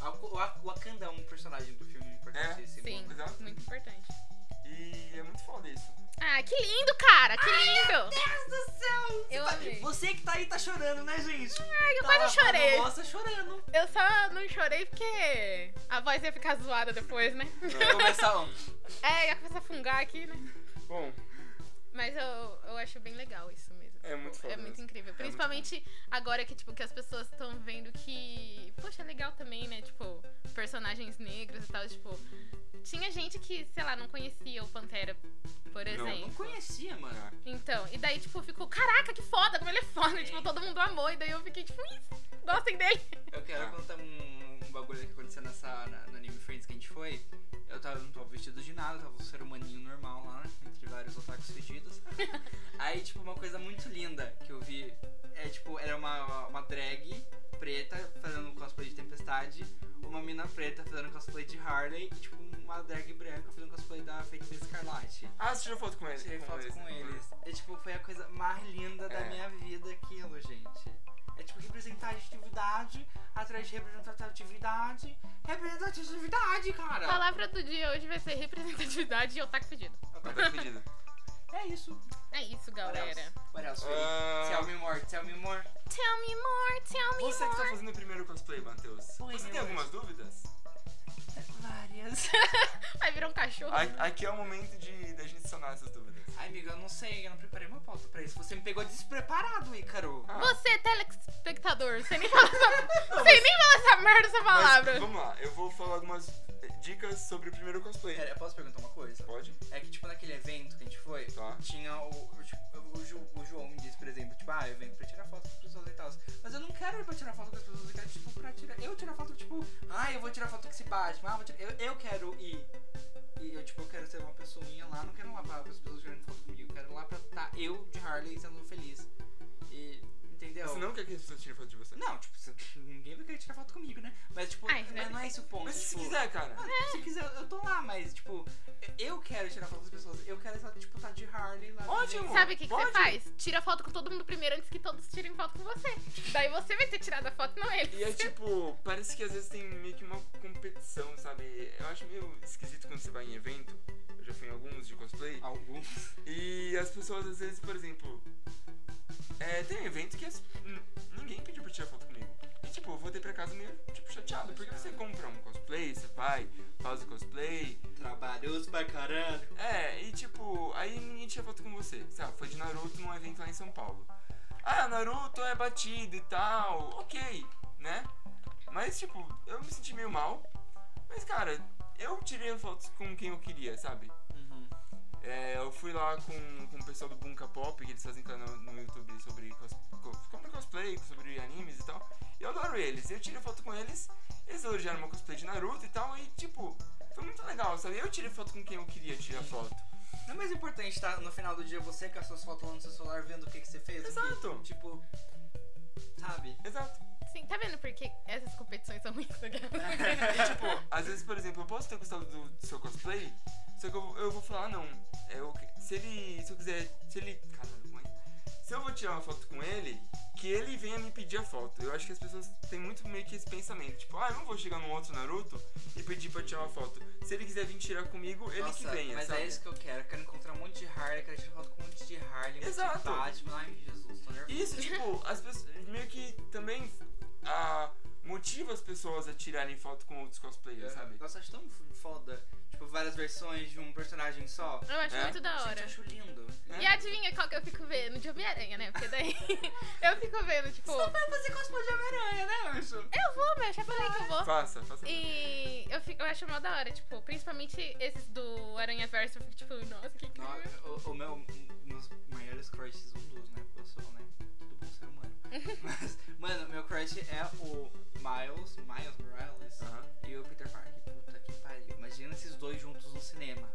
Speaker 1: A- O a- o Wakanda é um personagem do filme importantíssimo.
Speaker 2: sim.
Speaker 3: Exato.
Speaker 2: Muito importante.
Speaker 3: E é muito foda isso.
Speaker 2: Ah, que lindo, cara! Que lindo!
Speaker 1: Meu Deus do céu!
Speaker 2: Eu
Speaker 1: Tá-
Speaker 2: amei.
Speaker 1: Você que tá aí tá chorando, né, gente? Ai,
Speaker 2: eu quase chorei.
Speaker 1: Nossa, chorando.
Speaker 2: Eu só não chorei porque a voz ia ficar zoada depois, né? [LAUGHS]
Speaker 1: Vai começar, ó.
Speaker 2: É, ia começar a fungar aqui, né?
Speaker 3: Bom,
Speaker 2: Mas eu, eu acho bem legal isso mesmo.
Speaker 3: É
Speaker 2: Tipo,
Speaker 3: muito foda
Speaker 2: É muito
Speaker 3: mesmo.
Speaker 2: incrível.
Speaker 3: muito
Speaker 2: Principalmente agora que, tipo, que as pessoas estão vendo que. Poxa, é legal também, né? Tipo, personagens negros e tal. Tipo, tinha gente que, sei lá, não conhecia o Pantera, por
Speaker 3: Não,
Speaker 1: Eu não
Speaker 2: exemplo.
Speaker 1: conhecia, mano.
Speaker 2: Então, e daí, tipo, ficou, caraca, que foda, como ele é foda. E, tipo, todo mundo amou. E daí eu fiquei, tipo, isso, gostem dele.
Speaker 1: Eu quero
Speaker 3: Ah.
Speaker 1: contar um, um bagulho que aconteceu nessa, na, na Anime Friends que a gente foi. Eu tava, não tava vestido de nada, eu tava um ser humaninho normal lá, né, entre vários otakus fedidos. Aí, tipo, uma coisa muito linda que eu vi é, tipo, era uma, uma drag preta fazendo cosplay de Tempestade, uma mina preta fazendo cosplay de Harley e, tipo, uma drag branca fazendo cosplay da Feiticeira Escarlate.
Speaker 3: Ah, você tirou foto com eles?
Speaker 1: Tirei foto
Speaker 3: eles,
Speaker 1: com
Speaker 3: né?
Speaker 1: eles. É tipo, foi a coisa mais linda da
Speaker 3: É.
Speaker 1: minha vida aquilo, gente. É tipo representatividade atrás de representatividade. Representatividade,
Speaker 2: A
Speaker 3: Tá.
Speaker 1: cara!
Speaker 2: palavra do dia hoje vai ser representatividade e otaku fedido.
Speaker 3: Ah, tá
Speaker 1: [LAUGHS]
Speaker 3: dividido.
Speaker 1: É isso.
Speaker 2: É isso,
Speaker 1: What
Speaker 2: galera.
Speaker 1: else? What else, Felipe? Tell
Speaker 3: Ah,
Speaker 1: me more, tell me more.
Speaker 2: Tell me more, tell me
Speaker 3: Você que tá
Speaker 2: more.
Speaker 3: fazendo o primeiro cosplay, Matheus.
Speaker 1: Oi,
Speaker 3: Você tem
Speaker 1: meu
Speaker 3: algumas dúvidas?
Speaker 1: Várias.
Speaker 2: Vai virar um cachorro.
Speaker 3: A- Aqui é o momento de da gente sanar essas dúvidas.
Speaker 1: [LAUGHS] Ai, amiga, eu não sei, eu não preparei uma pauta pra isso. Você me pegou despreparado, Ícaro.
Speaker 3: Ah,
Speaker 2: Você, é telespectador, você nem fala essa, você nem fala essa merda, essa
Speaker 3: mas
Speaker 2: palavra.
Speaker 3: vamos lá, eu vou falar algumas eh, dicas sobre o primeiro cosplay.
Speaker 1: Pera, eu posso perguntar uma coisa?
Speaker 3: Pode?
Speaker 1: É que, tipo, naquele evento que a gente foi,
Speaker 3: Tá.
Speaker 1: tinha o. o, tipo, o Ju- o João me disse, por exemplo, tipo, ah, eu venho pra tirar foto com as pessoas e tal. Mas eu não quero ir pra tirar foto com as pessoas, eu quero, tipo, pra tirar. Eu tirar foto, tipo, ah, eu vou tirar foto com esse Batman, ah, vou tirar. Eu, eu quero ir. E eu, tipo, eu quero ser uma pessoinha lá, não quero ir lá pra, as pessoas tirando foto comigo, eu quero ir lá pra tá eu de Harley sendo feliz. E. Entendeu?
Speaker 3: Você não quer que as pessoas tirem foto de você?
Speaker 1: Não, tipo, você- ninguém vai querer tirar foto comigo, né? Mas, tipo,
Speaker 2: Ai,
Speaker 1: mas não é esse o ponto.
Speaker 3: Mas se
Speaker 1: tipo,
Speaker 3: quiser, cara.
Speaker 1: ah, Se quiser, eu tô lá, mas, tipo, eu quero tirar foto das pessoas. Eu quero, estar, tipo, tá de Harley lá.
Speaker 3: Ótimo!
Speaker 2: Sabe o que, que você
Speaker 3: Pode?
Speaker 2: faz? Tira foto com todo mundo primeiro antes que todos tirem foto com você. Daí você vai ter tirado a foto, não ele.
Speaker 3: E é tipo, parece que às vezes tem meio que uma competição, sabe? Eu acho meio esquisito quando você vai em evento. Eu já fui em alguns de cosplay.
Speaker 1: Alguns.
Speaker 3: E as pessoas às vezes, por exemplo, é, tem um evento que as- n- ninguém pediu pra tirar foto comigo. E tipo, eu voltei pra casa meio, tipo, chateado. Porque você compra um cosplay, você vai, faz o cosplay.
Speaker 1: Trabalhoso pra caralho.
Speaker 3: É, e tipo, aí ninguém tinha foto com você. Sei lá, foi de Naruto num evento lá em São Paulo. Ah, Naruto é batido e tal, ok, né? Mas tipo, eu me senti meio mal. Mas cara, eu tirei fotos com quem eu queria, sabe?
Speaker 1: Uhum.
Speaker 3: É, eu fui lá com, com o pessoal do Bunka Pop, que eles fazem canal no YouTube sobre cos, co- como é cosplay, sobre animes e tal. E eu adoro eles. Eu tirei foto com eles, eles elogiaram meu cosplay de Naruto e tal, e tipo, foi muito legal, sabe? Eu tirei foto com quem eu queria tirar foto.
Speaker 1: Não é mais importante estar no final do dia você com as suas fotos lá no seu celular vendo o que, que você fez? do que,
Speaker 3: Exato.
Speaker 1: tipo, sabe?
Speaker 3: Exato.
Speaker 2: Sim, tá vendo por que essas competições são muito legais?
Speaker 3: E tipo, às vezes, por exemplo, eu posso ter gostado do, do seu cosplay, só que eu, eu vou falar, ah, não. Eu, se ele. Se eu quiser. Se ele. Caralho, como é? Se eu vou tirar uma foto com ele, que ele venha me pedir a foto. Eu acho que as pessoas têm muito meio que esse pensamento. Tipo, ah, eu não vou chegar num outro Naruto e pedir pra tirar uma foto. Se ele quiser vir tirar comigo, ele
Speaker 1: Nossa,
Speaker 3: que venha,
Speaker 1: mas
Speaker 3: sabe?
Speaker 1: é isso que eu quero. Eu quero encontrar um monte de Harley, eu quero tirar foto com um monte de Harley, um monte
Speaker 3: Exato.
Speaker 1: de Batman. Ai, Jesus, tô nervoso.
Speaker 3: Isso, tipo, as pessoas meio que também ah, motiva as pessoas a tirarem foto com outros cosplayers, sabe?
Speaker 1: Nossa, eu acho tão foda. Tipo, várias versões de um personagem só.
Speaker 2: Eu acho
Speaker 3: É?
Speaker 2: muito da
Speaker 1: Gente,
Speaker 2: hora.
Speaker 1: eu acho lindo. né?
Speaker 2: E adivinha qual que eu fico vendo? De Homem-Aranha, né? Porque daí [LAUGHS] eu fico vendo, tipo, eu
Speaker 1: fazer cosplay de Homem-Aranha, né, bicho?
Speaker 2: vou, meu, já falei que eu vou.
Speaker 3: Faça, faça.
Speaker 2: E eu, fico, eu acho mó da hora, tipo, principalmente esses do Aranha Verso, eu fico tipo, nossa, que
Speaker 1: Não,
Speaker 2: incrível.
Speaker 1: o, o meu, um dos maiores crushes, um dos, né? Porque eu sou, né? Tudo bom ser
Speaker 2: [LAUGHS]
Speaker 1: humano. Mas, mano, meu crush é o Miles, Miles Morales
Speaker 3: Aham.
Speaker 1: e o Peter Parker. Puta que pariu. Imagina esses dois juntos no
Speaker 2: [LAUGHS]
Speaker 1: cinema.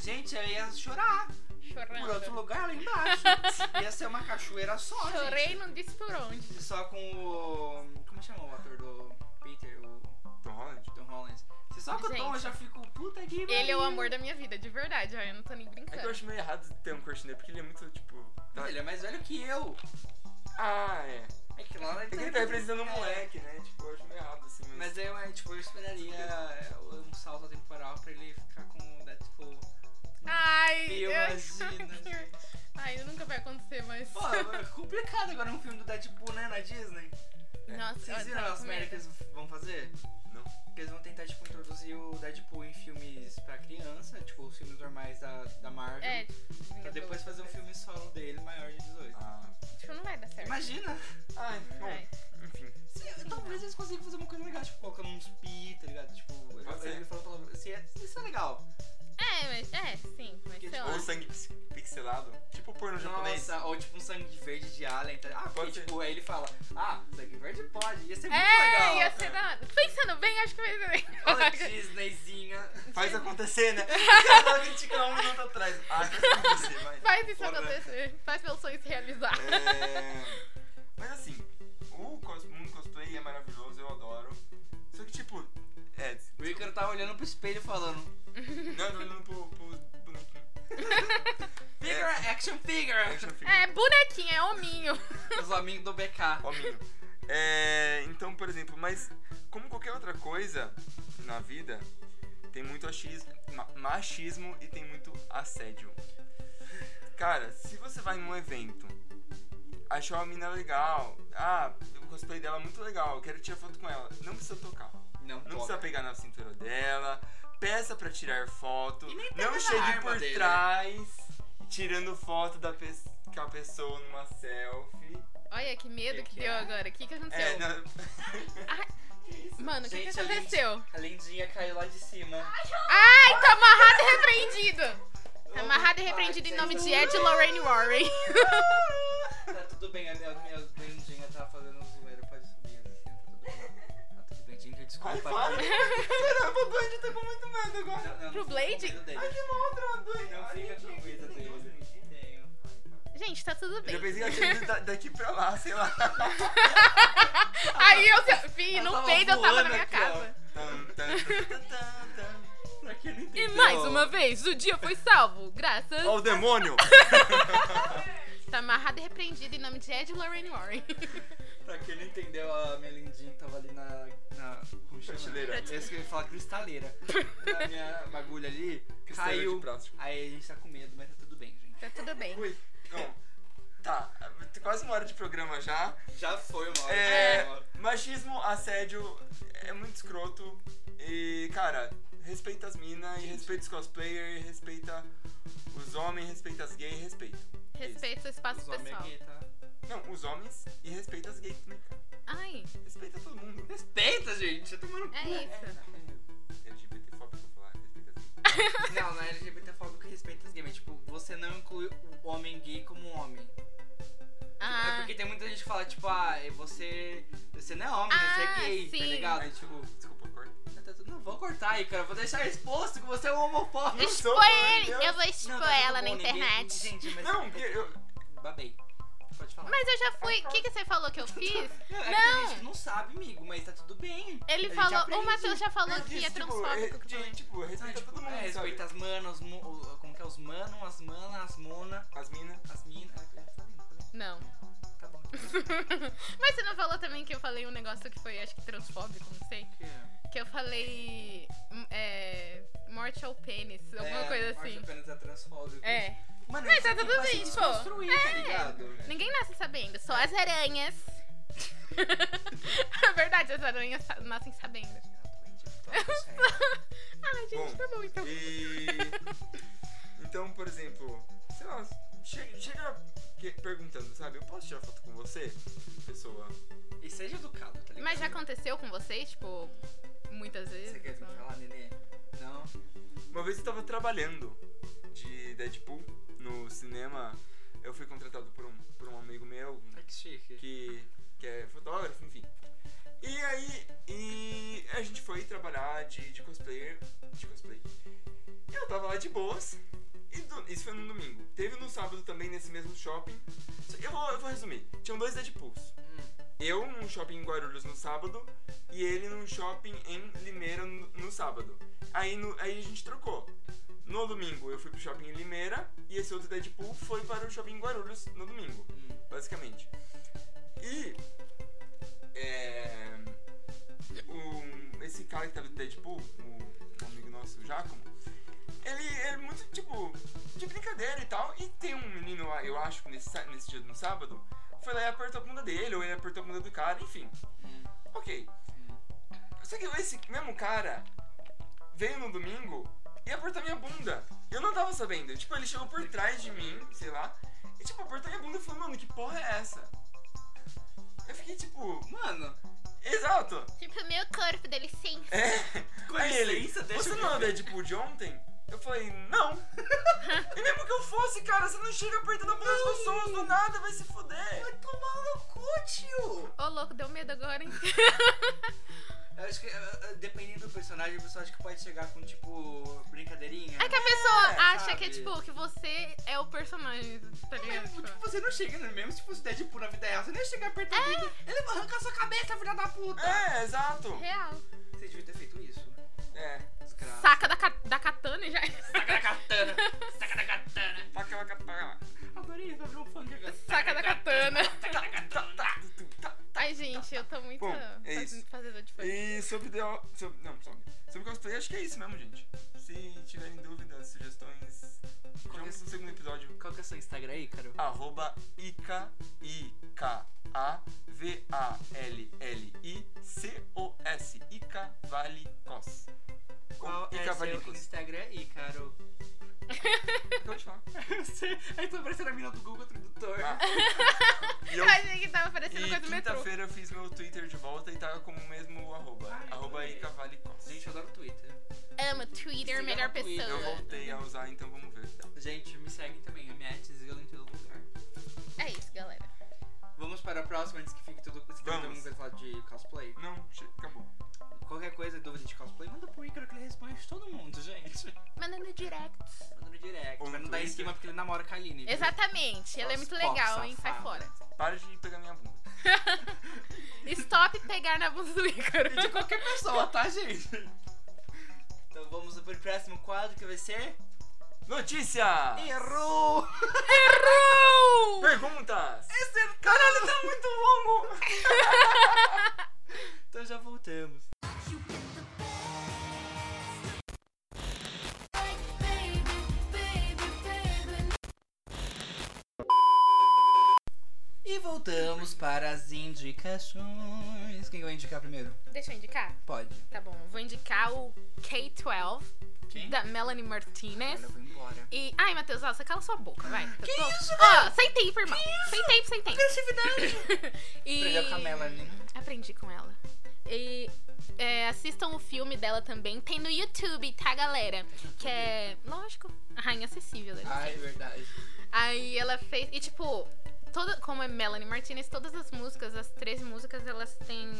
Speaker 1: Gente, eu ia chorar por outro
Speaker 2: Chorando.
Speaker 1: lugar lá embaixo. ia ser uma cachoeira só,
Speaker 2: Chorei,
Speaker 1: gente.
Speaker 2: não disse por um. onde.
Speaker 1: Só com o. Como chama o ator do Peter? O
Speaker 3: Tom Holland?
Speaker 1: Tom Holland. Se só com o Tom
Speaker 2: Gente.
Speaker 1: eu já fico puta que
Speaker 2: Ele é
Speaker 1: pariu.
Speaker 2: o amor da minha vida, de verdade, ó, eu não tô nem
Speaker 3: É que eu
Speaker 2: brincando.
Speaker 3: acho meio errado ter um crush nele, porque ele é muito, tipo... tá-
Speaker 1: Mas Ele é mais velho que eu.
Speaker 3: Ah, é.
Speaker 1: É que lá
Speaker 3: É que ele tá representando um moleque, né? Tipo, eu acho meio errado, assim, mas...
Speaker 1: Mas eu, é, tipo, eu esperaria é, um salto temporal pra ele ficar com o Deadpool.
Speaker 2: Ai,
Speaker 1: Eu
Speaker 2: [LAUGHS]
Speaker 1: imagino. gente.
Speaker 2: Ai, nunca vai acontecer, mas.
Speaker 1: Pô, é complicado agora um filme do Deadpool, né, na Disney.
Speaker 2: Nossa,
Speaker 1: Vocês
Speaker 2: olha, tá
Speaker 1: viram
Speaker 2: tava
Speaker 1: as
Speaker 2: Ah, com
Speaker 1: merdas que
Speaker 2: medo.
Speaker 1: eles vão fazer?
Speaker 3: Não.
Speaker 1: Que eles vão tentar, tipo, introduzir o Deadpool em filmes pra criança, tipo, os filmes normais da, da Marvel.
Speaker 2: É, tipo,
Speaker 1: Pra depois fazer um filme solo dele maior de 18.
Speaker 3: Ah.
Speaker 2: Tipo, não vai dar certo.
Speaker 1: Imagina!
Speaker 3: Ai, bom,
Speaker 2: Vai.
Speaker 3: enfim.
Speaker 1: Se- talvez eles consigam fazer uma coisa legal, tipo, colocando uns pi, tá ligado? Tipo,
Speaker 3: Pode
Speaker 1: ele,
Speaker 3: ser.
Speaker 1: ele falou palavra. Assim, é- isso é legal.
Speaker 2: É, mas. É, sim, mas
Speaker 1: Porque,
Speaker 2: sei
Speaker 1: tipo,
Speaker 2: lá.
Speaker 3: Ou sangue pix- pixelado, tipo porno japonês.
Speaker 1: Nossa, ou tipo um sangue verde de alien. Tá? Ah,
Speaker 3: Pode
Speaker 1: porque,
Speaker 3: ser.
Speaker 1: tipo, aí ele fala, ah, sangue verde pode. Ia ser muito
Speaker 2: É,
Speaker 1: legal. né?
Speaker 2: ia ser da hora. Pensando bem, acho que vai ser
Speaker 1: Olha,
Speaker 2: bem.
Speaker 1: Disneyzinha.
Speaker 3: Faz acontecer, né? Eu tava criticando um minuto atrás. Ah, faz acontecer, vai.
Speaker 2: Faz isso
Speaker 3: Porra.
Speaker 2: acontecer. Faz meus sonhos se realizar.
Speaker 3: É... Mas assim, o cos- mundo cosplay é maravilhoso, eu adoro. Só que, tipo... É,
Speaker 1: O Ícaro tava olhando pro espelho e falando,
Speaker 3: não, eu tô olhando pro... pro bonequinho.
Speaker 1: figure,
Speaker 3: É.
Speaker 1: action figure.
Speaker 3: Action figure.
Speaker 2: É, bonequinho, é hominho.
Speaker 1: Os amigos do BK.
Speaker 3: Hominho. É, então, por exemplo, mas como qualquer outra coisa na vida, tem muito achismo, ma- machismo e tem muito assédio. Cara, se você vai num evento, achou a mina legal, ah, o cosplay dela é muito legal, eu quero tirar foto com ela, não precisa tocar.
Speaker 1: Não,
Speaker 3: Não
Speaker 1: toca.
Speaker 3: precisa pegar na cintura dela, peça pra tirar foto,
Speaker 1: E nem pega
Speaker 3: não
Speaker 1: na
Speaker 3: chegue
Speaker 1: arma
Speaker 3: por
Speaker 1: dele.
Speaker 3: trás, tirando foto da pe com a pessoa numa selfie.
Speaker 2: Olha que medo
Speaker 1: Que
Speaker 2: que,
Speaker 1: que
Speaker 2: deu
Speaker 1: é?
Speaker 2: agora. O que, que aconteceu?
Speaker 3: É, na-
Speaker 2: Mano, o que, que
Speaker 1: Gente, a gente-
Speaker 2: aconteceu?
Speaker 1: A lindinha caiu lá de cima.
Speaker 2: Ai, tá amarrado e repreendido. Tá amarrado e
Speaker 1: Ai,
Speaker 2: repreendido em
Speaker 1: gente,
Speaker 2: nome
Speaker 1: tá-
Speaker 2: de Ed Lorraine Warren. [LAUGHS]
Speaker 1: Tá tudo bem, a minha, a minha lindinha tava fazendo um zoeiro, pode subir. assim, Tá tudo bem. Tá tudo bem, gente,
Speaker 3: Ai,
Speaker 1: desculpa.
Speaker 3: para! Caramba, o Blade tá com muito medo agora.
Speaker 1: Não, não,
Speaker 2: Pro
Speaker 1: não fica com
Speaker 2: Blade?
Speaker 1: medo dele.
Speaker 3: Outra doida.
Speaker 1: Não fica com medo
Speaker 3: assim.
Speaker 1: dele. Tenho.
Speaker 2: Gente, tá tudo
Speaker 3: Eu
Speaker 2: bem.
Speaker 3: já pensei que eu tinha ido da- daqui pra lá, sei lá.
Speaker 2: Aí eu vi,
Speaker 1: Ela
Speaker 2: no
Speaker 1: tava
Speaker 2: peido eu tava na
Speaker 1: voando
Speaker 2: minha
Speaker 1: aqui,
Speaker 2: casa.
Speaker 3: Tan, tan, tan, tan, tan.
Speaker 1: Pra quem não
Speaker 2: E
Speaker 1: entendeu.
Speaker 2: mais uma vez, o dia foi salvo, graças.
Speaker 3: Ó o demônio!
Speaker 2: Tá amarrado e repreendido em nome de Ed Lorraine Warren. [LAUGHS]
Speaker 1: Pra quem não entendeu, a minha lindinha tava ali na. na como chama? É
Speaker 3: Prateleira.
Speaker 1: Eu esqueci de falar
Speaker 2: [LAUGHS]
Speaker 1: cristaleira. na minha bagulho ali.
Speaker 3: Caiu.
Speaker 1: Caiu. Aí a gente tá com medo, mas tá tudo bem, gente.
Speaker 2: Tá tudo bem.
Speaker 3: Ui, não. Tá, quase uma hora de programa já.
Speaker 1: Já foi, mano.
Speaker 3: É, machismo, assédio é muito escroto. E, cara, respeita as minas, e respeita os cosplayers, e respeita os homens, respeita as gays, respeita.
Speaker 2: Respeita o espaço
Speaker 1: Os homens
Speaker 2: pessoal.
Speaker 1: aqui, tá?
Speaker 3: Não, os homens e respeita as gays também, cara.
Speaker 2: Ai,
Speaker 3: Respeita todo mundo.
Speaker 1: Respeita, gente. Você tá tomando
Speaker 2: é isso.
Speaker 3: LGBT fóbico falar, respeita as gays.
Speaker 1: Não, não é LGBTfóbico e respeita as gays, mas tipo, você não inclui o homem gay como um homem. É
Speaker 2: Ah,
Speaker 1: porque tem muita gente que fala, tipo, ah, você. Você não é homem, você
Speaker 2: Ah,
Speaker 1: é gay, tá
Speaker 2: sim.
Speaker 1: ligado?
Speaker 3: Aí, tipo,
Speaker 1: Tipo,
Speaker 3: desculpa, corta.
Speaker 1: não vou cortar aí, cara. Vou deixar exposto que você é um homofóbico.
Speaker 3: Não
Speaker 2: expõe
Speaker 3: sou, pelo amor de
Speaker 2: ele.
Speaker 3: Deus.
Speaker 2: Ah, Eu vou
Speaker 1: Não,
Speaker 2: expor
Speaker 1: tá tudo
Speaker 2: tipo ela na
Speaker 1: bom, ninguém-
Speaker 2: internet.
Speaker 1: Gente, mas. é
Speaker 3: Não, porque eu.
Speaker 1: Babei. Pode falar.
Speaker 2: Mas eu já fui. O que, que você falou que eu fiz?
Speaker 1: Não, é que
Speaker 2: não.
Speaker 1: Tem gente que não sabe, amigo, mas tá tudo bem.
Speaker 2: Ele
Speaker 1: A gente
Speaker 2: falou. O
Speaker 1: aprende.
Speaker 2: Matheus já falou
Speaker 3: eu
Speaker 2: que
Speaker 3: disse,
Speaker 2: é
Speaker 3: tipo,
Speaker 2: transfóbico.
Speaker 3: é, de-
Speaker 2: também.
Speaker 3: Tipo,
Speaker 1: Sabe,
Speaker 3: respeita
Speaker 1: tipo,
Speaker 3: todo mundo.
Speaker 1: é, respeita
Speaker 3: sabe?
Speaker 1: as manas, os mo- o- como que é? Os manos, as manas, as mona,
Speaker 3: As minas.
Speaker 1: as Ah, minas.
Speaker 2: Não.
Speaker 1: Tá bom.
Speaker 2: [LAUGHS]
Speaker 1: [LAUGHS]
Speaker 2: Mas você não falou também que eu falei um negócio que foi, acho que transfóbico, não sei. Que eu falei. hum, É, morte ao pênis, alguma
Speaker 1: É,
Speaker 2: coisa
Speaker 1: Marcia
Speaker 2: assim.
Speaker 1: Pérez é transfóbico.
Speaker 2: É.
Speaker 1: Mano,
Speaker 2: Mas
Speaker 1: isso
Speaker 2: tá
Speaker 1: aqui
Speaker 2: tudo
Speaker 1: vai se
Speaker 2: bem, pô.
Speaker 1: desconstruir, tá ligado?
Speaker 2: Ninguém nasce sabendo, só as aranhas. [LAUGHS] é verdade, as aranhas sa- nascem sabendo. Ai, gente,
Speaker 3: Bom,
Speaker 2: tá bom então.
Speaker 3: E. Então, por exemplo, sei lá, chega, chega que- perguntando, sabe? Eu posso tirar foto com você? Pessoa.
Speaker 2: [LAUGHS]
Speaker 1: E seja educado, tá ligado?
Speaker 2: Mas já aconteceu com vocês, tipo, muitas
Speaker 1: Você
Speaker 2: vezes?
Speaker 1: quer vir falar, nenê? Não.
Speaker 3: Uma vez eu tava trabalhando de Deadpool no cinema. Eu fui contratado por um, por um amigo meu
Speaker 1: Ai, que chique.
Speaker 3: que, que é fotógrafo, enfim. E aí, e a gente foi trabalhar de, de cosplayer. De cosplay. E eu tava lá de boas. E do- isso foi no domingo. Teve no sábado também, nesse mesmo shopping. Só- Eu vou, eu vou resumir. Tinham dois Deadpools.
Speaker 1: Hum,
Speaker 3: Eu num shopping em Guarulhos no sábado e ele num shopping em Limeira no, no sábado. Aí, no- aí a gente trocou. No domingo eu fui pro shopping em Limeira e esse outro Deadpool foi para o shopping em Guarulhos no domingo,
Speaker 1: hum.
Speaker 3: basicamente. E. É, o- um, esse cara que tava do Deadpool, o, o amigo nosso, o Giacomo, ele ele é muito tipo. de brincadeira e tal. E tem um menino lá, eu acho, que nesse, sá- nesse dia no sábado, foi lá e apertou a bunda dele, ou ele apertou a bunda do cara, enfim.
Speaker 1: Hum.
Speaker 3: Ok. Só que esse mesmo cara veio no domingo e apertou minha bunda. E eu não tava sabendo. Tipo, ele chegou por trás de mim, sei lá, e tipo, apertou minha bunda e falou, mano, que porra é essa? Eu fiquei tipo,
Speaker 1: Mano,
Speaker 3: exato!
Speaker 2: Tipo, meu corpo, dá licença.
Speaker 3: É.
Speaker 1: com
Speaker 3: Aí ele,
Speaker 1: licença, deixa
Speaker 3: você
Speaker 1: eu
Speaker 3: não é o
Speaker 1: ver.
Speaker 3: Deadpool de ontem? Eu falei, não. e mesmo que eu fosse, cara, você não chega apertando a bunda das pessoas do nada, vai se fuder.
Speaker 1: Vai tomar no cu, tio!
Speaker 2: Ô, louco, deu medo agora, [LAUGHS] hein?
Speaker 1: Eu acho que, eh, eh, dependendo do personagem, a pessoa acha que pode chegar com, tipo, brincadeirinha. Tipo,
Speaker 2: É que a pessoa acha que é
Speaker 1: sabe?
Speaker 2: tipo, que você é o personagem, tá ligado?
Speaker 1: Mesmo, tipo,
Speaker 2: Tipo,
Speaker 1: você não chega, né? Mesmo se fosse Deadpool na vida real, você não ia chegar perto
Speaker 2: É.
Speaker 1: dele. Ele vai arrancar sua cabeça, filha da puta!
Speaker 3: É, exato.
Speaker 2: real.
Speaker 1: Você devia ter feito isso.
Speaker 3: É,
Speaker 1: Desgraça.
Speaker 2: Saca da, ca- da katana e já. é.
Speaker 1: Saca da katana! Saca da katana!
Speaker 3: tá aquela capa.
Speaker 1: Adorei isso, abriu um funk agora.
Speaker 2: Saca da katana.
Speaker 3: Tá, tu, tá.
Speaker 2: Ai, gente, eu tô muito
Speaker 3: Bom, é
Speaker 2: faz-
Speaker 3: isso.
Speaker 2: fazedor de fã.
Speaker 3: E sobre the. Sobre, não, sobre. Sobre cosplay, acho que é isso mesmo, gente. Se tiverem dúvidas, sugestões, vamos no segundo episódio.
Speaker 1: Qual que é o seu Instagram aí, Carol?
Speaker 3: arroba Ica, I-K-A-V-A-L-L-I-C-O-S, Ica Vale Cos. Com
Speaker 1: Qual
Speaker 3: Ica
Speaker 1: é o seu
Speaker 3: Valicos.
Speaker 1: Instagram aí, Carol? [LAUGHS]
Speaker 3: Acabou de falar.
Speaker 1: Eu sei. Aí tô parecendo a mina do Google Tradutor.
Speaker 2: [LAUGHS]
Speaker 3: Ah. E eu-
Speaker 2: Eu achei que tava parecendo
Speaker 3: E
Speaker 2: coisa do metrô.
Speaker 3: quinta-feira eu fiz meu Twitter de volta e tava como o mesmo arroba.
Speaker 1: Ai,
Speaker 3: arroba
Speaker 1: adorei.
Speaker 3: Ica Vale Cos.
Speaker 1: Gente, eu adoro Twitter.
Speaker 2: Amo é Twitter,
Speaker 1: Siga
Speaker 2: melhor
Speaker 1: no Twitter.
Speaker 2: pessoa.
Speaker 3: Eu voltei a usar, então vamos ver.
Speaker 1: Gente, me seguem também. A minha é Etsgal em todo lugar.
Speaker 2: É isso, galera.
Speaker 1: Vamos para a próxima antes que fique tudo. Se tem
Speaker 3: Vamos.
Speaker 1: alguma coisa lá de cosplay.
Speaker 3: Não, che- acabou.
Speaker 1: Qualquer coisa, dúvida de cosplay, manda pro Ícaro que ele responde todo mundo, gente.
Speaker 2: Manda no direct.
Speaker 1: Manda no direct.
Speaker 3: Ou no
Speaker 1: Pra não dar em
Speaker 3: Um Twitter.
Speaker 1: cima porque ele namora com a Aline. viu?
Speaker 2: Exatamente, ela é
Speaker 1: Nossa,
Speaker 2: muito
Speaker 1: pop
Speaker 2: legal, hein? Sai
Speaker 1: safada.
Speaker 2: fora.
Speaker 3: Para de pegar minha bunda.
Speaker 2: Stop pegar na bunda do
Speaker 1: [LAUGHS]
Speaker 2: Ícaro.
Speaker 1: E de qualquer pessoa, tá, gente? Então vamos pro próximo quadro que vai ser.
Speaker 3: Notícia!
Speaker 1: uh! Errou!
Speaker 2: Errou!
Speaker 3: Perguntas!
Speaker 1: Caralho, tá muito longo! [LAUGHS] então já voltamos. Voltamos para as indicações. Quem que vai indicar primeiro?
Speaker 2: Deixa eu indicar?
Speaker 1: Pode.
Speaker 2: Tá bom, eu vou indicar o K-12
Speaker 1: Quem?
Speaker 2: da Melanie Martinez.
Speaker 1: Olha, eu vou embora.
Speaker 2: E. Ai, Matheus, ó, você cala sua boca, vai. Eu
Speaker 1: Que
Speaker 2: tô-
Speaker 1: isso,
Speaker 2: Ó, sem tempo, irmão. Sem tempo, sem
Speaker 1: [LAUGHS]
Speaker 2: tempo.
Speaker 1: Agressividade!
Speaker 2: E.
Speaker 1: Aprendeu com a Melanie, né?
Speaker 2: Aprendi com ela. E é, assistam o filme dela também. Tem no YouTube, tá, galera? Que é, lógico, a rainha acessível. Né?
Speaker 1: Ai, verdade.
Speaker 2: Aí ela fez. E tipo, toda, como é Melanie Martinez, todas as músicas, as três músicas, elas têm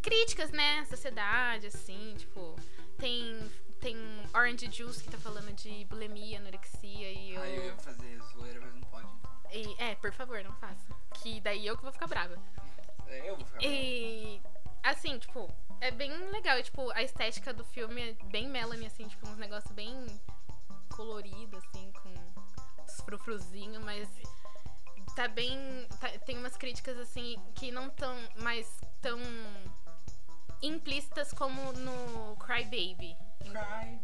Speaker 2: críticas, né? à Sociedade, assim, tipo. Tem, tem Orange Juice que tá falando de bulimia, anorexia e eu.
Speaker 1: Ai, eu ia fazer zoeira, mas não pode. então.
Speaker 2: e- é, por favor, não faça. Que daí eu que vou ficar brava.
Speaker 1: É, Eu vou ficar.
Speaker 2: E assim, tipo, é bem legal. E, tipo, a estética do filme é bem Melanie, assim, tipo, uns negócios bem coloridos, assim, com uns frufruzinhos, mas tá bem. tá- tem umas críticas assim que não tão mais tão implícitas como no Cry Baby.
Speaker 1: Cry,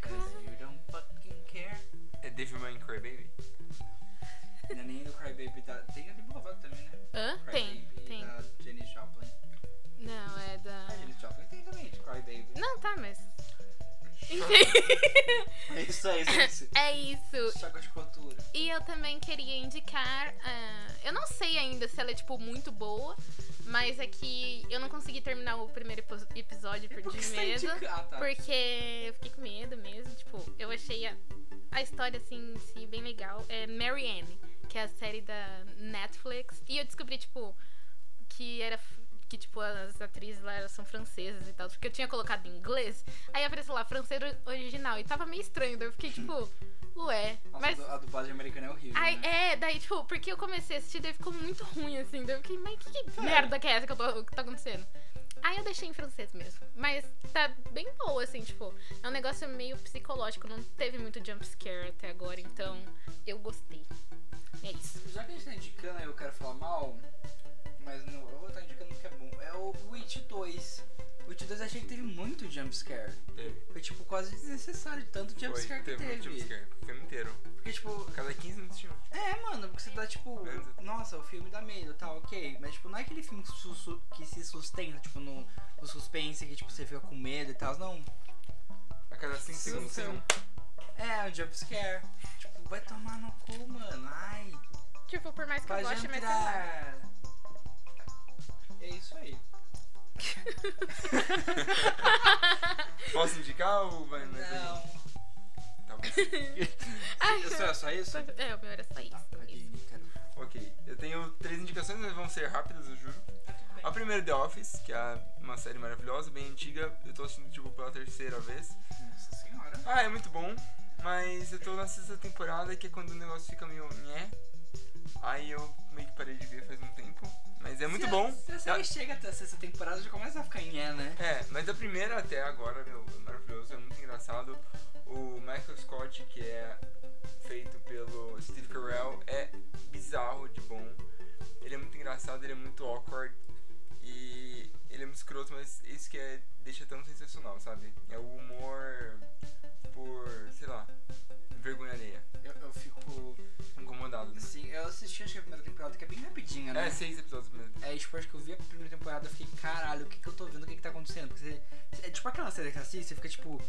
Speaker 1: cause you don't fucking care.
Speaker 3: É Devilman Crybaby?
Speaker 1: Não é nem do Crybaby da. Tem a Demi Lovato também, né?
Speaker 2: Hã? Tem,
Speaker 1: Crybaby
Speaker 2: tem.
Speaker 1: Da Jenny Joplin.
Speaker 2: Não, é da.
Speaker 1: A Jenny Joplin tem também de Crybaby.
Speaker 2: Não, tá, mas.
Speaker 1: É isso aí, é isso.
Speaker 2: É isso.
Speaker 1: Choca de cultura.
Speaker 2: E eu também queria indicar. ah, eu não sei ainda se ela é, tipo, muito boa, mas é que eu não consegui terminar o primeiro epo- episódio por de medo.
Speaker 1: Ah, tá.
Speaker 2: Porque eu fiquei com medo mesmo. Tipo, eu achei a, a história, assim, em si, bem legal. É Marianne, que é a série da Netflix. E eu descobri, tipo, que era. f- Que, tipo, as atrizes lá elas são francesas e tal. Porque eu tinha colocado em inglês. Aí apareceu lá, francês original. E tava meio estranho. Daí eu fiquei, tipo, ué.
Speaker 1: Nossa,
Speaker 2: mas.
Speaker 1: a dublagem americana é horrível.
Speaker 2: Ai,
Speaker 1: né?
Speaker 2: é, daí, tipo, porque eu comecei a assistir, daí ficou muito ruim, assim. Daí eu fiquei, mas que, que merda que é essa que, eu tô, que tá acontecendo? Aí eu deixei em francês mesmo. Mas tá bem boa, assim, tipo, é um negócio meio psicológico, não teve muito jumpscare até agora, então eu gostei. É isso.
Speaker 1: Já que a gente tá indicando, eu quero falar mal, mas não, eu vou estar indicando o que é bom. É o Witch 2. O Witch 2 eu achei que teve muito jumpscare.
Speaker 3: Teve.
Speaker 1: Foi tipo quase desnecessário de tanto jumpscare
Speaker 3: Foi,
Speaker 1: que
Speaker 3: teve um
Speaker 1: teve.
Speaker 3: muito jumpscare. O filme um inteiro.
Speaker 1: Porque tipo,
Speaker 3: Cada 15 minutos tinha um.
Speaker 1: É, mano, porque você tá tipo. Nossa, o filme dá medo, tá, ok. Mas, tipo, não é aquele filme que, su- su- que se sustenta, tipo, no, no suspense, que, tipo, você fica com medo e tal. Não.
Speaker 3: A cada 5
Speaker 1: Sim,
Speaker 3: segundos
Speaker 1: sim.
Speaker 3: tinha um.
Speaker 1: É, um jumpscare. Tipo, vai tomar no cu, mano. Ai,
Speaker 2: Tipo, por mais que eu
Speaker 1: faz
Speaker 2: goste, mas sei lá.
Speaker 1: entrar. É isso aí.
Speaker 3: Posso indicar ou vai mais alguém?
Speaker 1: Não.
Speaker 3: Tá bom.
Speaker 2: Ai,
Speaker 1: [LAUGHS] Isso é só isso?
Speaker 2: É, o meu era só isso.
Speaker 3: Tá,
Speaker 1: Ah,
Speaker 2: isso.
Speaker 1: tadinho, cara.
Speaker 3: Ok, eu tenho três indicações, mas vão ser rápidas, eu juro. A primeira é The Office, que é uma série maravilhosa, bem antiga. Eu tô assistindo tipo pela terceira vez.
Speaker 1: Nossa senhora.
Speaker 3: Ah, é muito bom, mas eu tô na sexta temporada, que é quando o negócio fica meio nhé. Aí eu meio que parei de ver faz um tempo, mas é muito
Speaker 1: Se a-
Speaker 3: bom.
Speaker 1: Se a série chega até a sexta temporada, já começa a ficar em é, né?
Speaker 3: É, mas a primeira até agora, meu, é maravilhoso, é muito engraçado. O Michael Scott, que é feito pelo Steve Carell, é bizarro de bom. Ele é muito engraçado, ele é muito awkward e ele é muito escroto, mas isso que é, deixa tão sensacional, sabe? É o humor por, sei lá, vergonha alheia.
Speaker 1: Eu, eu fico.
Speaker 3: Incomodado.
Speaker 1: Assim, eu assisti acho que a primeira temporada, que é bem rapidinha, né?
Speaker 3: É, seis episódios mesmo.
Speaker 1: É, tipo, acho que eu vi a primeira temporada e fiquei, caralho, o que que eu tô vendo, o que que tá acontecendo? Porque você, é tipo aquela série que você assiste, você fica tipo,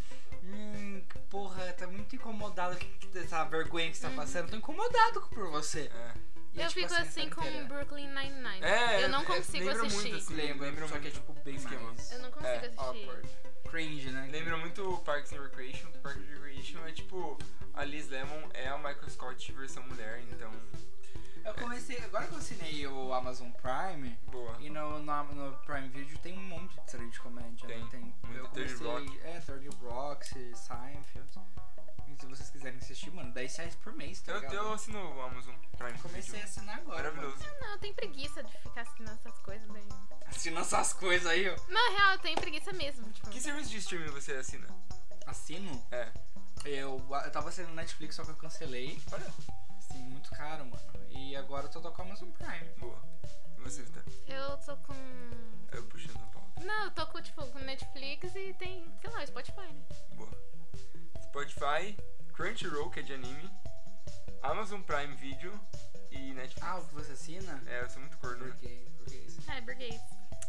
Speaker 1: hum, que porra, tá muito incomodado, o que que essa vergonha que você tá passando, tô incomodado por você.
Speaker 3: É,
Speaker 1: E é,
Speaker 2: Uhum. Eu
Speaker 1: tipo,
Speaker 2: fico
Speaker 1: a série
Speaker 2: assim com
Speaker 1: inteira.
Speaker 2: Brooklyn Nine-Nine.
Speaker 3: É,
Speaker 2: eu não
Speaker 3: é,
Speaker 2: consigo
Speaker 3: lembra muito,
Speaker 2: assistir.
Speaker 3: assim.
Speaker 1: Lembra,
Speaker 3: Lembra
Speaker 1: só que é
Speaker 3: muito
Speaker 1: tipo bem
Speaker 3: esquema.
Speaker 1: mais
Speaker 2: Eu não consigo
Speaker 3: é,
Speaker 2: assistir.
Speaker 3: awkward.
Speaker 1: cringe, né?
Speaker 3: Lembra muito Parks and Recreation, que Parks and Recreation é tipo, a Liz Lemon é a Michael Scott versão mulher, então,
Speaker 1: Eu comecei, agora que eu assinei o Amazon Prime,
Speaker 3: boa.
Speaker 1: e no, no, no Prime Video tem um monte de série de comédia, né?
Speaker 3: Tem,
Speaker 1: Tem,
Speaker 3: muito
Speaker 1: eu
Speaker 3: Thirty
Speaker 1: comecei,
Speaker 3: Rock.
Speaker 1: é, 30 Rock, Seinfeld, e se vocês quiserem assistir, mano, 10 reais por mês, tá
Speaker 3: Eu,
Speaker 1: ligado?
Speaker 3: Então, eu assino o Amazon Prime.
Speaker 1: Comecei a
Speaker 3: Video.
Speaker 1: assinar agora, mano.
Speaker 3: Maravilhoso.
Speaker 2: Não, eu tenho preguiça de ficar assinando essas coisas daí.
Speaker 1: Assina essas coisas aí, ó.
Speaker 2: Não, real, eu tenho preguiça mesmo. Tipo,
Speaker 3: Que serviço de streaming você assina?
Speaker 1: Assino?
Speaker 3: É.
Speaker 1: Eu, eu tava assinando Netflix, só que eu cancelei.
Speaker 3: Olha.
Speaker 1: Sim, muito caro, mano. E agora eu tô com a Amazon Prime.
Speaker 3: Boa. E você, Vita?
Speaker 2: eu tô com.
Speaker 3: Eu puxando a pauta.
Speaker 2: Não, eu tô com, tipo, com Netflix e tem, sei lá, Spotify, né?
Speaker 3: Boa. Spotify, Crunchyroll, que é de anime, Amazon Prime Video e Netflix.
Speaker 1: Ah, o que você assina?
Speaker 3: É, eu sou muito corno.
Speaker 1: Por
Speaker 3: né?
Speaker 1: quê? Por que isso?
Speaker 2: É, burguês.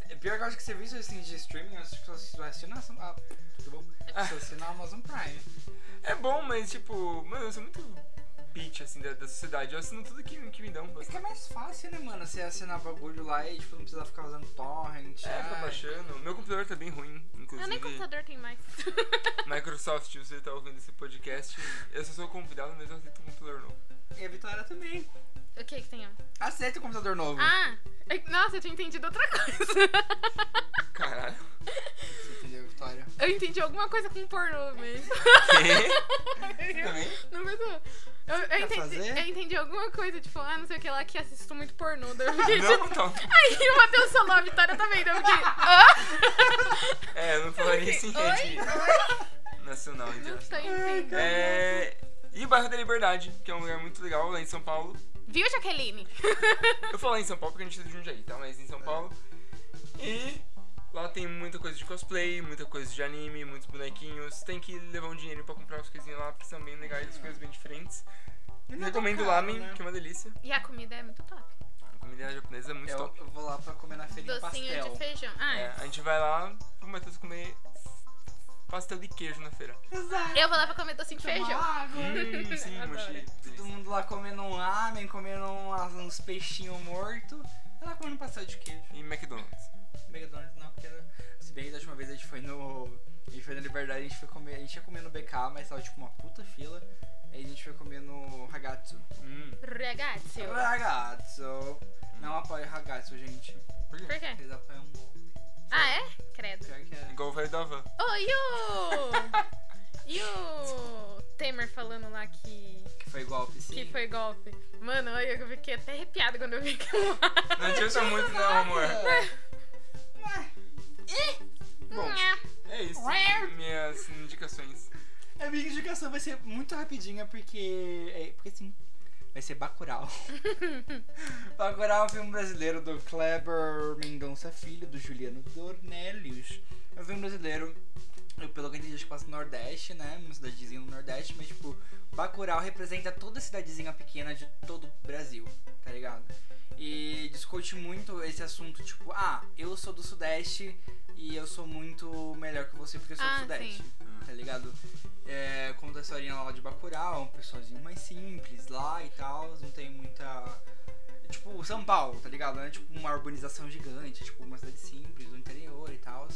Speaker 1: É Pior que eu acho que serviço assim, de streaming, eu acho que só assina a ah, tudo
Speaker 3: [LAUGHS]
Speaker 1: bom? Só assina a Amazon um Prime.
Speaker 3: É bom, mas tipo, mano, eu sou muito bitch, assim, da, da sociedade. Eu assino tudo que, que me dão.
Speaker 1: É que é
Speaker 3: basicamente.
Speaker 1: mais fácil, né, mano? Você assinar bagulho lá e, tipo, não precisa ficar usando torrent. ah,
Speaker 3: É,
Speaker 1: ai.
Speaker 3: tá baixando. Meu computador tá bem ruim, inclusive.
Speaker 2: Eu Ah, nem computador tenho mais.
Speaker 3: Microsoft, se você tá ouvindo esse podcast, eu só sou convidado, mas eu aceito um computador novo.
Speaker 1: E a Vitória também.
Speaker 2: o que que tem?
Speaker 1: Aceita o computador novo.
Speaker 2: Ah! é que- Nossa, eu tinha entendido outra coisa. [LAUGHS]
Speaker 3: Caralho.
Speaker 1: Você entendeu,
Speaker 2: [LAUGHS]
Speaker 1: Vitória?
Speaker 2: Eu entendi alguma coisa com pornô mesmo. [LAUGHS]
Speaker 3: Quê?
Speaker 1: [LAUGHS] Também?
Speaker 2: Não, mas eu, eu, eu, entendi,
Speaker 1: fazer?
Speaker 2: eu entendi alguma coisa, tipo, ah, não sei o que lá, que assisto muito pornô. Daí eu fiquei,
Speaker 3: Não, então.
Speaker 2: aí o Matheus falou, a Vitória também, daí eu fiquei, ah,
Speaker 3: É, eu não falaria isso em rede nacional,
Speaker 2: [LAUGHS] não
Speaker 3: então.
Speaker 2: estou entendendo.
Speaker 3: É. E o bairro da Liberdade, que é um lugar muito legal lá em São Paulo.
Speaker 2: Viu, Jaqueline?
Speaker 3: Eu falo em São Paulo porque a gente é de Jundiaí, tá? Mas em São Paulo. E lá tem muita coisa de cosplay, muita coisa de anime, muitos bonequinhos. Tem que levar um dinheiro pra comprar as coisinhas lá, porque são bem legais, as coisas bem diferentes. Recomendo o lamen,
Speaker 1: né?
Speaker 3: que é uma delícia.
Speaker 2: E a comida é muito top.
Speaker 3: A comida japonesa é muito
Speaker 1: Eu,
Speaker 3: top.
Speaker 1: eu vou lá pra comer na feira de
Speaker 2: Docinho
Speaker 1: pastel.
Speaker 2: de feijão. Ah,
Speaker 3: É, a gente vai lá pro Matheus comer pastel de queijo na feira.
Speaker 1: Exato.
Speaker 2: eu vou lá pra comer docinho de
Speaker 1: Tomar
Speaker 2: feijão.
Speaker 1: água.
Speaker 3: Hum, sim,
Speaker 2: Adoro.
Speaker 3: mochi. delícia.
Speaker 1: Todo mundo lá comendo um ramen, comendo umas- uns peixinhos mortos. Ela comendo pastel de queijo.
Speaker 3: E McDonald's.
Speaker 1: McDonald's não, porque era... Se bem que da última vez a gente foi no... A gente foi na Liberdade, a gente foi comer... A gente ia comer no BK, mas tava tipo uma puta fila. Aí a gente foi comer no Ragazzo.
Speaker 3: Hum,
Speaker 2: Ragazzi.
Speaker 1: Ragazzo. Não apoio Ragazzo, gente.
Speaker 3: por quê?
Speaker 2: Por quê?
Speaker 1: Eles apoiam um golpe.
Speaker 2: Ah, é? Credo.
Speaker 1: Pior que é.
Speaker 3: Igual o velho da van.
Speaker 2: Ô, e
Speaker 1: [LAUGHS]
Speaker 2: o... E o Temer falando lá que...
Speaker 1: Que foi golpe, sim.
Speaker 2: Que foi golpe. Mano, olha, eu fiquei até arrepiada quando eu vi aquilo lá.
Speaker 3: Não adianta muito não, amor.
Speaker 2: [LAUGHS]
Speaker 3: Bom,
Speaker 2: Ah.
Speaker 3: é isso. Minhas indicações.
Speaker 1: A minha indicação vai ser muito rapidinha, porque. É, porque sim. Vai ser Bacurau. Bacurau é um filme brasileiro do Kleber Mendonça Filho, do Juliano Dornelius. É um filme brasileiro, eu, pelo que eu entendi, acho que passa no Nordeste, né? Uma cidadezinha no Nordeste, mas tipo, Bacurau representa toda a cidadezinha pequena de todo o Brasil, tá ligado? E discute muito esse assunto, tipo, ah, eu sou do Sudeste e eu sou muito melhor que você porque eu sou
Speaker 2: Ah,
Speaker 1: do Sudeste, tá ligado? É, conta a historinha lá de Bacurau, um personagem mais simples lá e tal, não tem muita. é Tipo, São Paulo, tá ligado? Não é tipo uma urbanização gigante, é tipo uma cidade simples, do interior e tal.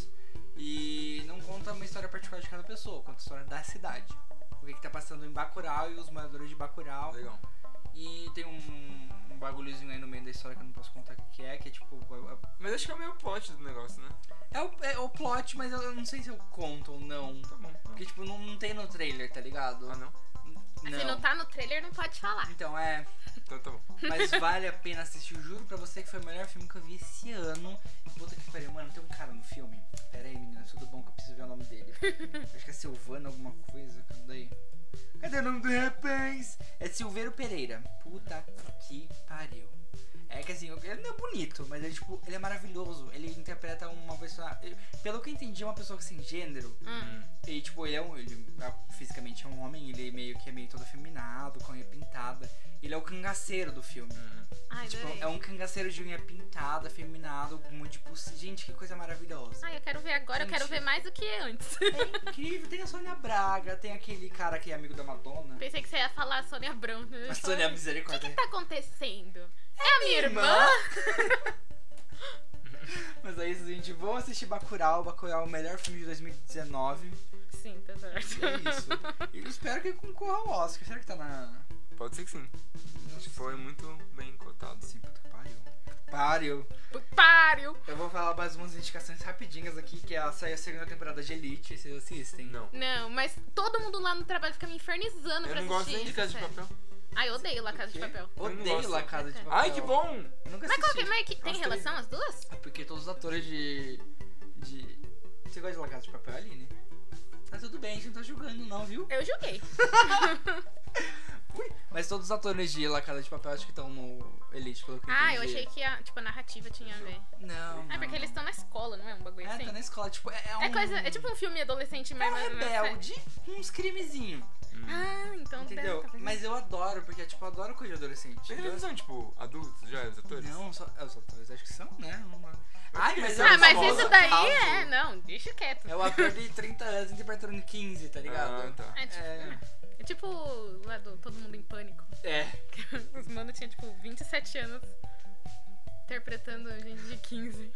Speaker 1: E não conta uma história particular de cada pessoa, conta a história da cidade. O que, que tá passando em Bacurau e os moradores de Bacurau.
Speaker 3: Legal.
Speaker 1: E tem um, um bagulhozinho aí no meio da história que eu não posso contar o que que é, que é tipo. a- a-
Speaker 3: Mas acho que é meio plot do negócio, né?
Speaker 1: É o, é o plot, mas eu, eu não sei se eu conto ou não.
Speaker 3: Tá bom.
Speaker 1: Porque, tipo, não, não tem no trailer, tá ligado?
Speaker 3: Ah, não?
Speaker 2: Se não tá no trailer, não pode falar.
Speaker 1: Então é,
Speaker 3: Então tá bom.
Speaker 1: mas vale a pena assistir, eu juro pra você que foi o melhor filme que eu vi esse ano. Puta que pariu, mano, tem um cara no filme. Pera aí, meninas, tudo bom que eu preciso ver o nome dele. Acho que é Silvano alguma coisa, cadê? Cadê o nome do rapaz? É Silveiro Pereira. Puta que pariu. É que assim, ele não é bonito, mas ele, tipo, ele é maravilhoso. Ele interpreta uma pessoa. Pelo que eu entendi, é uma pessoa sem gênero.
Speaker 2: Hum.
Speaker 1: E tipo, ele é um. Ele, ah, fisicamente é um homem, ele meio que é meio todo afeminado, com a unha pintada. Ele é o cangaceiro do filme.
Speaker 2: Ai,
Speaker 1: Tipo,
Speaker 2: adorei.
Speaker 1: é um cangaceiro de unha pintada, afeminado, com um monte de pulso. Gente, que coisa maravilhosa.
Speaker 2: Ai, eu quero ver agora, eu quero
Speaker 1: Gente.
Speaker 2: ver mais do que antes. [LAUGHS]
Speaker 1: É incrível, tem a Sônia Braga, tem aquele cara que é amigo da Madonna.
Speaker 2: Pensei que você ia falar a Sônia Abrão. né? Eu
Speaker 1: A
Speaker 2: falei,
Speaker 1: Sônia
Speaker 2: O que
Speaker 1: Misericórdia.
Speaker 2: que tá acontecendo? É a minha irmã?
Speaker 1: [LAUGHS] Mas é isso, gente. Vão assistir Bacurau. Bacurau é o melhor filme de 2019.
Speaker 2: Sim, tá certo.
Speaker 1: E é isso. E eu espero que concorra ao Oscar. Será que tá na...
Speaker 3: Pode ser que sim. Acho que foi muito bem cotado.
Speaker 1: Sim, puta que pariu. Pariu.
Speaker 2: Pariu!
Speaker 1: Eu vou falar mais umas indicações rapidinhas aqui, que é saiu a segunda temporada de Elite, vocês assistem?
Speaker 3: Não.
Speaker 2: Não, mas todo mundo lá no trabalho fica me infernizando
Speaker 3: Eu
Speaker 2: pra
Speaker 3: não
Speaker 2: assistir.
Speaker 3: gosto nem de
Speaker 2: isso,
Speaker 3: Casa de
Speaker 2: sério.
Speaker 3: Papel.
Speaker 2: Ai, eu odeio lá Casa de
Speaker 1: Quê?
Speaker 2: Papel.
Speaker 3: Eu não
Speaker 1: Odeio
Speaker 3: gosto.
Speaker 1: La Casa de Papel.
Speaker 3: Ai, que bom!
Speaker 1: Eu nunca
Speaker 2: Mas
Speaker 1: assisti.
Speaker 2: qual que, é mas que tem
Speaker 1: Nossa,
Speaker 2: relação as duas?
Speaker 1: É porque todos os atores de... de... Você gosta de La Casa de Papel, Aline? Tá tudo bem, a gente não tá julgando não, viu?
Speaker 2: Eu julguei.
Speaker 1: Mas todos os atores de La Casa de Papel acho que estão no Elite, pelo que
Speaker 2: Ah, eu
Speaker 1: entendi.
Speaker 2: achei que a, tipo, a narrativa tinha a ver.
Speaker 1: Não,
Speaker 2: Ah,
Speaker 1: não,
Speaker 2: porque
Speaker 1: não.
Speaker 2: eles estão na escola, não é um bagulho
Speaker 1: É,
Speaker 2: assim?
Speaker 1: tá na escola, tipo, é, é um...
Speaker 2: É coisa. É tipo um filme adolescente,
Speaker 1: É
Speaker 2: mas.
Speaker 1: um
Speaker 2: mas- mas-
Speaker 1: rebelde com uns crimezinhos.
Speaker 2: Ah, então tá-
Speaker 1: Entendeu?
Speaker 2: tá fazendo-
Speaker 1: Mas eu adoro, porque tipo, eu adoro coisa de adolescente.
Speaker 3: Mas eles não são, tipo, adultos já, os atores?
Speaker 1: Não, só, eu só talvez acho que são, né? Uma... Ai,
Speaker 3: que
Speaker 1: mas é
Speaker 3: eles são
Speaker 2: Ah,
Speaker 1: o
Speaker 2: mas
Speaker 1: famoso
Speaker 2: isso daí
Speaker 1: caso.
Speaker 3: né?
Speaker 2: é. Não, deixa quieto.
Speaker 1: É o ator de 30 anos interpretando 15, tá
Speaker 3: Ah,
Speaker 1: ligado?
Speaker 3: tá.
Speaker 2: É tipo,
Speaker 1: É.
Speaker 2: é tipo lá do Todo Mundo em Pânico. [LAUGHS]
Speaker 1: É.
Speaker 2: Os manos tinham, tipo, 27 anos interpretando gente de 15.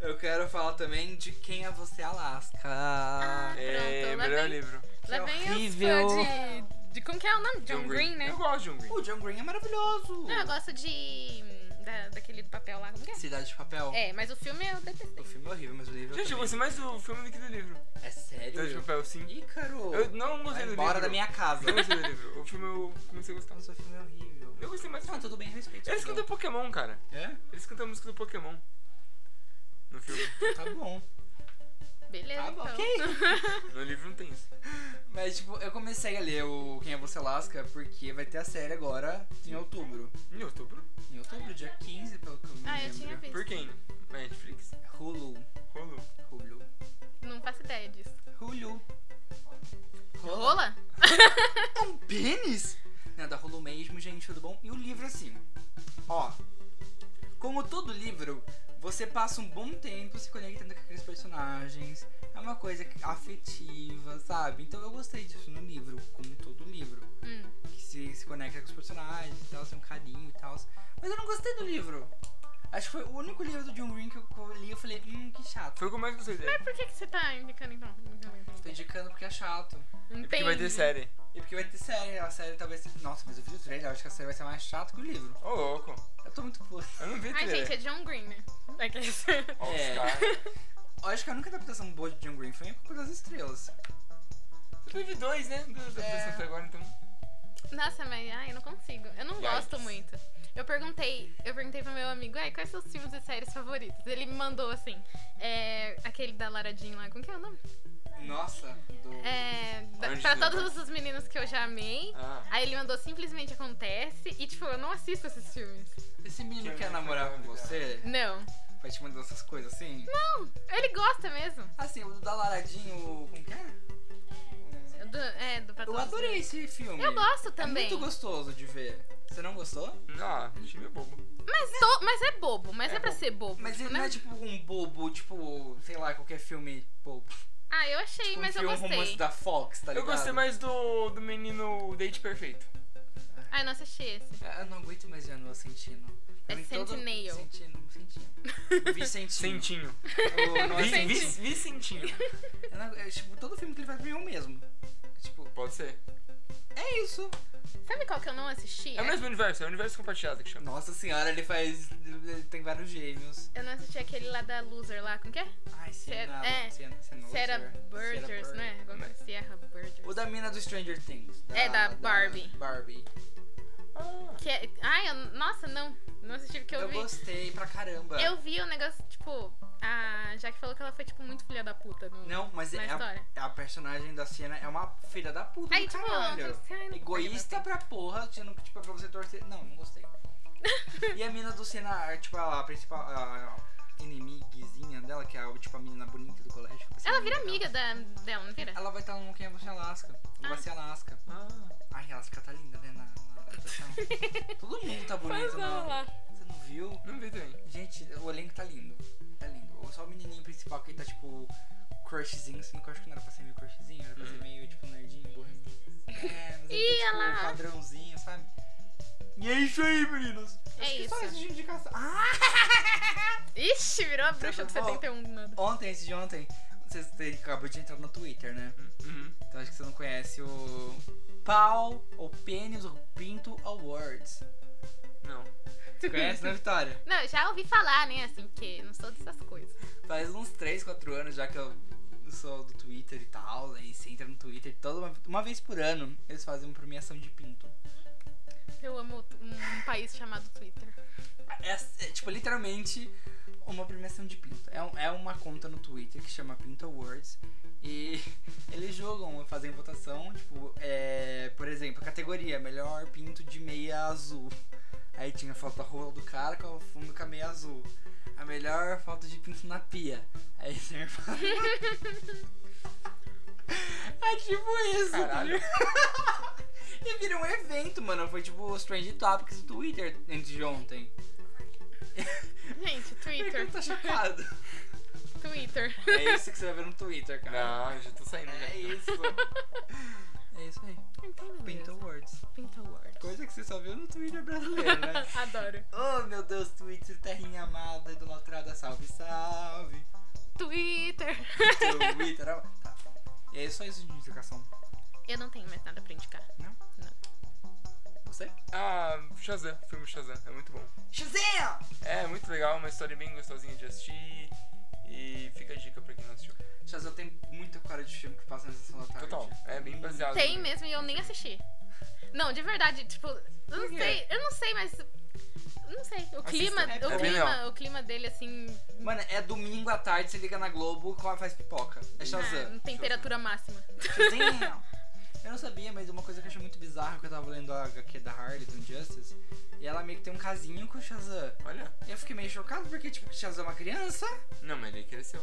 Speaker 1: Eu quero falar também de Quem é Você Alaska.
Speaker 2: Ah,
Speaker 3: É,
Speaker 2: pronto. Lá
Speaker 3: melhor
Speaker 2: vem,
Speaker 3: livro.
Speaker 2: lá
Speaker 1: Que
Speaker 2: vem os
Speaker 1: horrível.
Speaker 2: fãs de, de. Como que é o nome? John, Green, né?
Speaker 3: Eu gosto de John Green.
Speaker 1: O John Green é maravilhoso.
Speaker 2: Não, Ah, eu gosto de. da- daquele do papel lá. Como que é?
Speaker 1: Cidade de Papel.
Speaker 2: É, mas o filme eu
Speaker 1: O
Speaker 2: detestei.
Speaker 1: filme é horrível, mas o livro
Speaker 3: Gente, eu
Speaker 1: também.
Speaker 3: gostei mais do filme do que do livro.
Speaker 1: É
Speaker 3: Cidade de
Speaker 1: sério?
Speaker 3: Papel, sim.
Speaker 1: Ícaro.
Speaker 3: Eu não
Speaker 1: Vai
Speaker 3: gostei do livro.
Speaker 1: embora da minha casa.
Speaker 3: Eu não gostei do livro. O filme eu comecei a gostar.
Speaker 1: Nossa, o filme é horrível.
Speaker 3: Eu gostei mais do
Speaker 1: Não,
Speaker 2: Tá,
Speaker 3: filme.
Speaker 1: tudo bem, respeito.
Speaker 3: Eles cantam Pokémon, cara.
Speaker 1: É?
Speaker 3: Eles cantam a música do Pokémon. No filme.
Speaker 1: Tá bom.
Speaker 2: Beleza,
Speaker 1: Tá bom.
Speaker 2: então.
Speaker 3: No livro não tem isso.
Speaker 1: Mas, tipo, eu comecei a ler o Quem é Você Lasca porque vai ter a série agora em outubro.
Speaker 3: Em outubro.
Speaker 1: Em outubro, dia 15, pelo que eu me lembro.
Speaker 2: Ah, eu tinha visto.
Speaker 3: Por quem? Na Netflix?
Speaker 1: Hulu.
Speaker 3: Hulu.
Speaker 1: Hulu.
Speaker 2: [LAUGHS] Não faço ideia disso.
Speaker 1: Hulu.
Speaker 2: Rola?
Speaker 1: Um pênis? Não, da Hulu mesmo, gente, tudo bom? E o livro, assim, ó. Como todo livro, você passa um bom tempo se conectando com aqueles personagens. É uma coisa que- afetiva, sabe? Então eu gostei disso no livro, como todo livro.
Speaker 2: Hum.
Speaker 1: que se, se conecta com os personagens e tal, tem um carinho e tal. Mas eu não gostei do livro. Acho que foi o único livro do John Green que eu que eu li e eu falei, hum, que chato.
Speaker 3: Foi o que eu mais gostei dele. É
Speaker 2: Por que, que você tá indicando então?
Speaker 1: Tô indicando porque é chato.
Speaker 3: Porque
Speaker 2: Entendi.
Speaker 3: vai ter série.
Speaker 1: E porque vai ter série, a série talvez. Nossa, mas eu vi o trailer, eu acho que a série vai ser mais chata que o livro.
Speaker 3: Ô, louco.
Speaker 1: Eu tô muito puto.
Speaker 3: Eu não vi
Speaker 2: Ai, gente,
Speaker 3: trailer.
Speaker 2: é John Green, né? Daqueles-
Speaker 3: Ó, os
Speaker 1: É.
Speaker 3: caras.
Speaker 1: Eu acho que a única adaptação boa de John Green foi a Culpa das Estrelas.
Speaker 3: Você teve dois, né? Duas adaptações
Speaker 1: É.
Speaker 3: até agora, então.
Speaker 2: Nossa, mas ai, eu não consigo. Eu não gosto
Speaker 3: Yikes.
Speaker 2: muito. Eu perguntei, eu perguntei pro meu amigo, ai, quais são os filmes e séries favoritos? Ele me mandou assim, é, aquele da Lara Jean lá, como que é o nome?
Speaker 1: Nossa, do.
Speaker 2: É, da-
Speaker 3: Orange
Speaker 2: pra
Speaker 3: is the
Speaker 2: todos os meninos que eu já amei.
Speaker 3: Ah.
Speaker 2: Aí ele mandou simplesmente acontece e tipo, eu não assisto esses filmes.
Speaker 1: Esse menino
Speaker 3: Que
Speaker 1: quer
Speaker 3: eu não
Speaker 1: namorar com
Speaker 3: quero namorar.
Speaker 1: você?
Speaker 2: Não.
Speaker 1: Vai te mandar essas coisas assim?
Speaker 2: Ele gosta mesmo.
Speaker 1: Assim, o da Laradinho, o- como que é?
Speaker 2: Do, é, do pra
Speaker 1: Eu
Speaker 2: todos os
Speaker 1: adorei
Speaker 2: meninos.
Speaker 1: esse filme.
Speaker 2: Eu gosto
Speaker 1: É
Speaker 2: também.
Speaker 1: muito gostoso de ver. Você não gostou?
Speaker 3: Ah, achei meio bobo.
Speaker 2: mas, to- mas é bobo, mas é,
Speaker 3: É
Speaker 2: pra
Speaker 3: bobo.
Speaker 2: ser bobo.
Speaker 1: Mas ele
Speaker 2: tipo,
Speaker 1: não
Speaker 2: né?
Speaker 1: é tipo um bobo, tipo, sei lá, qualquer filme bobo.
Speaker 2: Ah, eu achei,
Speaker 1: Tipo, um
Speaker 2: mas eu
Speaker 1: filme
Speaker 2: gostei.
Speaker 1: romance da Fox, tá
Speaker 3: Eu
Speaker 1: ligado?
Speaker 3: gostei mais do, do menino Date Perfeito.
Speaker 2: Ai, não
Speaker 1: [LAUGHS]
Speaker 2: assisti esse.
Speaker 1: Ah, Eu não aguento mais Janua Sentino.
Speaker 2: É
Speaker 1: Pra mim, todo-
Speaker 2: Centineo.
Speaker 1: Sentino, Sentino. Vicentinho. [LAUGHS]
Speaker 3: Sentinho.
Speaker 1: Eu não
Speaker 3: Vi,
Speaker 1: aguento-
Speaker 3: vi, Vicentinho.
Speaker 1: eu não- é, Tipo, todo filme que ele faz pra mim é o mesmo. Tipo,
Speaker 3: Pode ser.
Speaker 1: é isso.
Speaker 2: Sabe qual que eu não assisti?
Speaker 3: É o mesmo universo, é o universo compartilhado que chama.
Speaker 1: Nossa senhora, ele faz. Ele tem vários gêmeos.
Speaker 2: Eu não assisti aquele lá da Loser lá, como que é?
Speaker 1: Ai, Senna.
Speaker 2: é,
Speaker 1: Senna, Senna,
Speaker 2: Sarah
Speaker 1: Sarah
Speaker 2: Burgers,
Speaker 1: Burgers.
Speaker 2: né? Alguma coisa, Sierra
Speaker 1: O
Speaker 2: Burgers.
Speaker 1: da mina do Stranger Things.
Speaker 2: É, da Barbie.
Speaker 1: Barbie.
Speaker 3: Ah,
Speaker 2: Que é... Ai, eu... nossa, não. Não assisti porque eu,
Speaker 1: Eu
Speaker 2: vi.
Speaker 1: gostei pra caramba.
Speaker 2: Eu vi o negócio, tipo, a Jaque falou que ela foi, tipo, muito filha da puta no...
Speaker 1: Não, mas
Speaker 2: na
Speaker 1: é a,
Speaker 2: história.
Speaker 1: a personagem da cena é uma filha da puta
Speaker 2: Aí,
Speaker 1: do
Speaker 2: tipo, eu
Speaker 1: caralho.
Speaker 2: pensei, ai, não-
Speaker 1: Egoísta pra porra, sendo que, tipo, é pra você torcer. Não, não gostei. e a mina do Senna, tipo, a principal. A, a inimiguezinha dela, que é a, tipo, a menina bonita do colégio. que vai ser
Speaker 2: Ela vira
Speaker 1: dela.
Speaker 2: amiga da... dela, não vira?
Speaker 1: Ela vai estar no Quem é Você Alaska.
Speaker 2: Ah.
Speaker 1: Vai ser Alaska.
Speaker 3: ah.
Speaker 1: Ai, Alaska tá linda, né? Na, na adaptação. Todo mundo tá bonito, né? Você não viu?
Speaker 3: Não vi também.
Speaker 1: Gente, o elenco tá lindo. Tá lindo. Ou só o menininho principal que ele tá tipo crushzinho, sendo que eu acho que não era pra ser meio crushzinho, era pra ser
Speaker 3: Uhum.
Speaker 1: meio tipo nerdinho,
Speaker 2: [LAUGHS]
Speaker 1: burrinho. É, mas ele
Speaker 2: Ih,
Speaker 1: tá, tipo,
Speaker 2: ela-
Speaker 1: padrãozinho, sabe? E é isso aí, meninos!
Speaker 2: É
Speaker 1: Acho que só
Speaker 2: isso.
Speaker 1: esse de indicação. Ah!
Speaker 2: Ixi, virou a bruxa do
Speaker 1: Bom,
Speaker 2: 71 do nada.
Speaker 1: Ontem, esse de ontem, você você acabou de entrar no Twitter, né?
Speaker 3: Uhum.
Speaker 1: Então acho que você não conhece o. Pau, ou Pênis, ou Pinto
Speaker 2: [LAUGHS]
Speaker 1: Awards.
Speaker 3: Não.
Speaker 1: Você conhece, né, Vitória?
Speaker 2: Não, eu já ouvi falar, né, assim, porque eu não sou dessas coisas.
Speaker 1: Faz uns 3, 4 anos já que eu sou do Twitter e tal, aí você entra no Twitter, toda uma, uma vez por ano eles fazem uma premiação de pinto.
Speaker 2: Eu amo um país chamado Twitter.
Speaker 1: É, é, tipo, literalmente uma premiação de pinto. É, um- é uma conta no Twitter que chama Pinto Awards e [LAUGHS] eles jogam, fazem votação, tipo, é, por exemplo, categoria melhor pinto de meia azul. Aí tinha a foto da rola do cara com o fundo com a meia azul. A melhor foto de pinto na pia. Aí você [LAUGHS] É tipo isso, tá
Speaker 3: Caralho.
Speaker 1: ligado? E vira um evento, mano. Foi tipo os Trend Topics do Twitter antes de ontem.
Speaker 2: Gente, Twitter.
Speaker 1: Eu tô tá chocado.
Speaker 2: Twitter.
Speaker 1: É isso que você vai ver no Twitter, cara.
Speaker 3: Não, já tô saindo já.
Speaker 1: É isso. É isso aí.
Speaker 2: Então, beleza.
Speaker 1: Pinto Words.
Speaker 2: Pinto Word.
Speaker 1: Coisa que você só viu no Twitter brasileiro, né?
Speaker 2: Adoro.
Speaker 1: [LAUGHS] oh, meu Deus, Twitter, terrinha amada, idolatrada, salve, salve.
Speaker 2: Twitter.
Speaker 1: Twitter, ama- tá. E é só isso de indicação.
Speaker 2: Eu não tenho mais nada pra indicar.
Speaker 1: Você?
Speaker 3: Ah, Shazam, filme Shazam, é muito bom.
Speaker 1: Shazam!
Speaker 3: É, muito legal, uma história bem gostosinha de assistir. E fica a dica pra quem não assistiu.
Speaker 1: Shazam tem muita cara de filme que passa na sessão da tarde.
Speaker 3: Total, é bem baseado.
Speaker 2: Tem
Speaker 3: no-
Speaker 2: mesmo e eu nem assisti. Não, de verdade, tipo, eu não
Speaker 3: Por quê?
Speaker 2: sei, eu não sei, mas. eu Não sei. O clima,
Speaker 1: é
Speaker 2: o,
Speaker 1: bem
Speaker 2: clima
Speaker 3: legal.
Speaker 2: o clima dele, assim.
Speaker 1: Mano, é domingo à tarde, você liga na Globo e faz pipoca. É
Speaker 2: ah,
Speaker 1: Shazam.
Speaker 2: não tem temperatura máxima.
Speaker 1: Shazam! Eu não sabia, mas uma coisa que eu achei muito bizarra que eu tava lendo a HQ da Harley do Injustice, e ela meio que tem um casinho com o Shazam.
Speaker 3: Olha,
Speaker 1: E eu fiquei meio chocado porque, tipo, o Shazam é uma criança?
Speaker 3: não, mas ele cresceu.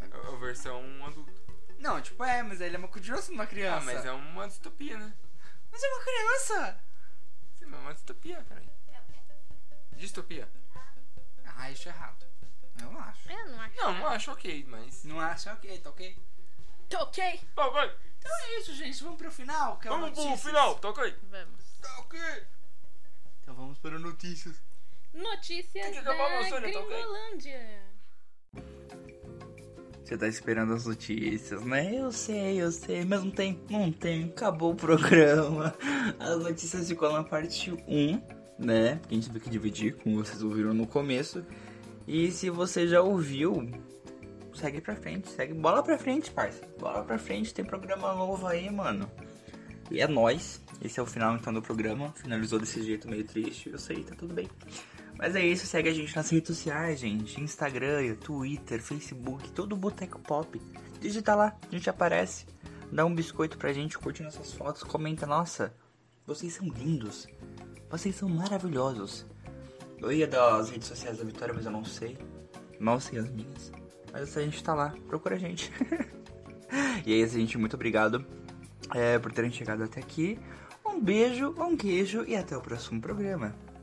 Speaker 3: É, A, a versão adulto.
Speaker 1: Não, tipo, é, mas ele é uma continua sendo uma criança.
Speaker 3: Ah, mas é uma distopia, né?
Speaker 1: Mas é uma criança!
Speaker 3: Sim, mas é uma distopia, peraí. Distopia.
Speaker 1: Ah, isso é errado. Eu não acho.
Speaker 2: É, Eu não acho.
Speaker 3: Não, não acho ok, mas.
Speaker 1: Não acho, é ok, tá ok?
Speaker 2: Tá ok.
Speaker 3: Vai, vai,
Speaker 1: Então é isso, gente. Vamos pro final, que é o
Speaker 3: vamos pro
Speaker 1: notícias.
Speaker 3: final, toca aí.
Speaker 2: Vamos.
Speaker 3: Tá ok.
Speaker 1: Então vamos para o notícias.
Speaker 2: Notícias
Speaker 3: Tem que
Speaker 2: da
Speaker 3: acabar o Amazônia, tá ok?
Speaker 2: Gringolândia.
Speaker 4: Você tá esperando as notícias, né? Eu sei, eu sei, mas não tem, não tem. Acabou o programa. [LAUGHS] As notícias ficou na parte 1, né? Porque a gente teve que dividir, como vocês ouviram no começo. E se você já ouviu, segue pra frente, segue. Bola pra frente, parça. Bola pra frente, tem programa novo aí, mano. E é nóis. Esse é o final então do programa. Finalizou desse jeito meio triste, eu sei, tá tudo bem. Mas é isso, segue a gente nas redes sociais, gente. Instagram, Twitter, Facebook, todo Boteco Pop. Digita lá, a gente aparece. Dá um biscoito pra gente, curte nossas fotos, comenta, nossa, vocês são lindos. Vocês são maravilhosos. Eu ia dar as redes sociais da Vitória, mas eu não sei. Mal sei as minhas. Mas essa gente tá lá, procura a gente. [LAUGHS] e é isso, gente. Muito obrigado eh, é, por terem chegado até aqui. Um beijo, um queijo e até o próximo programa.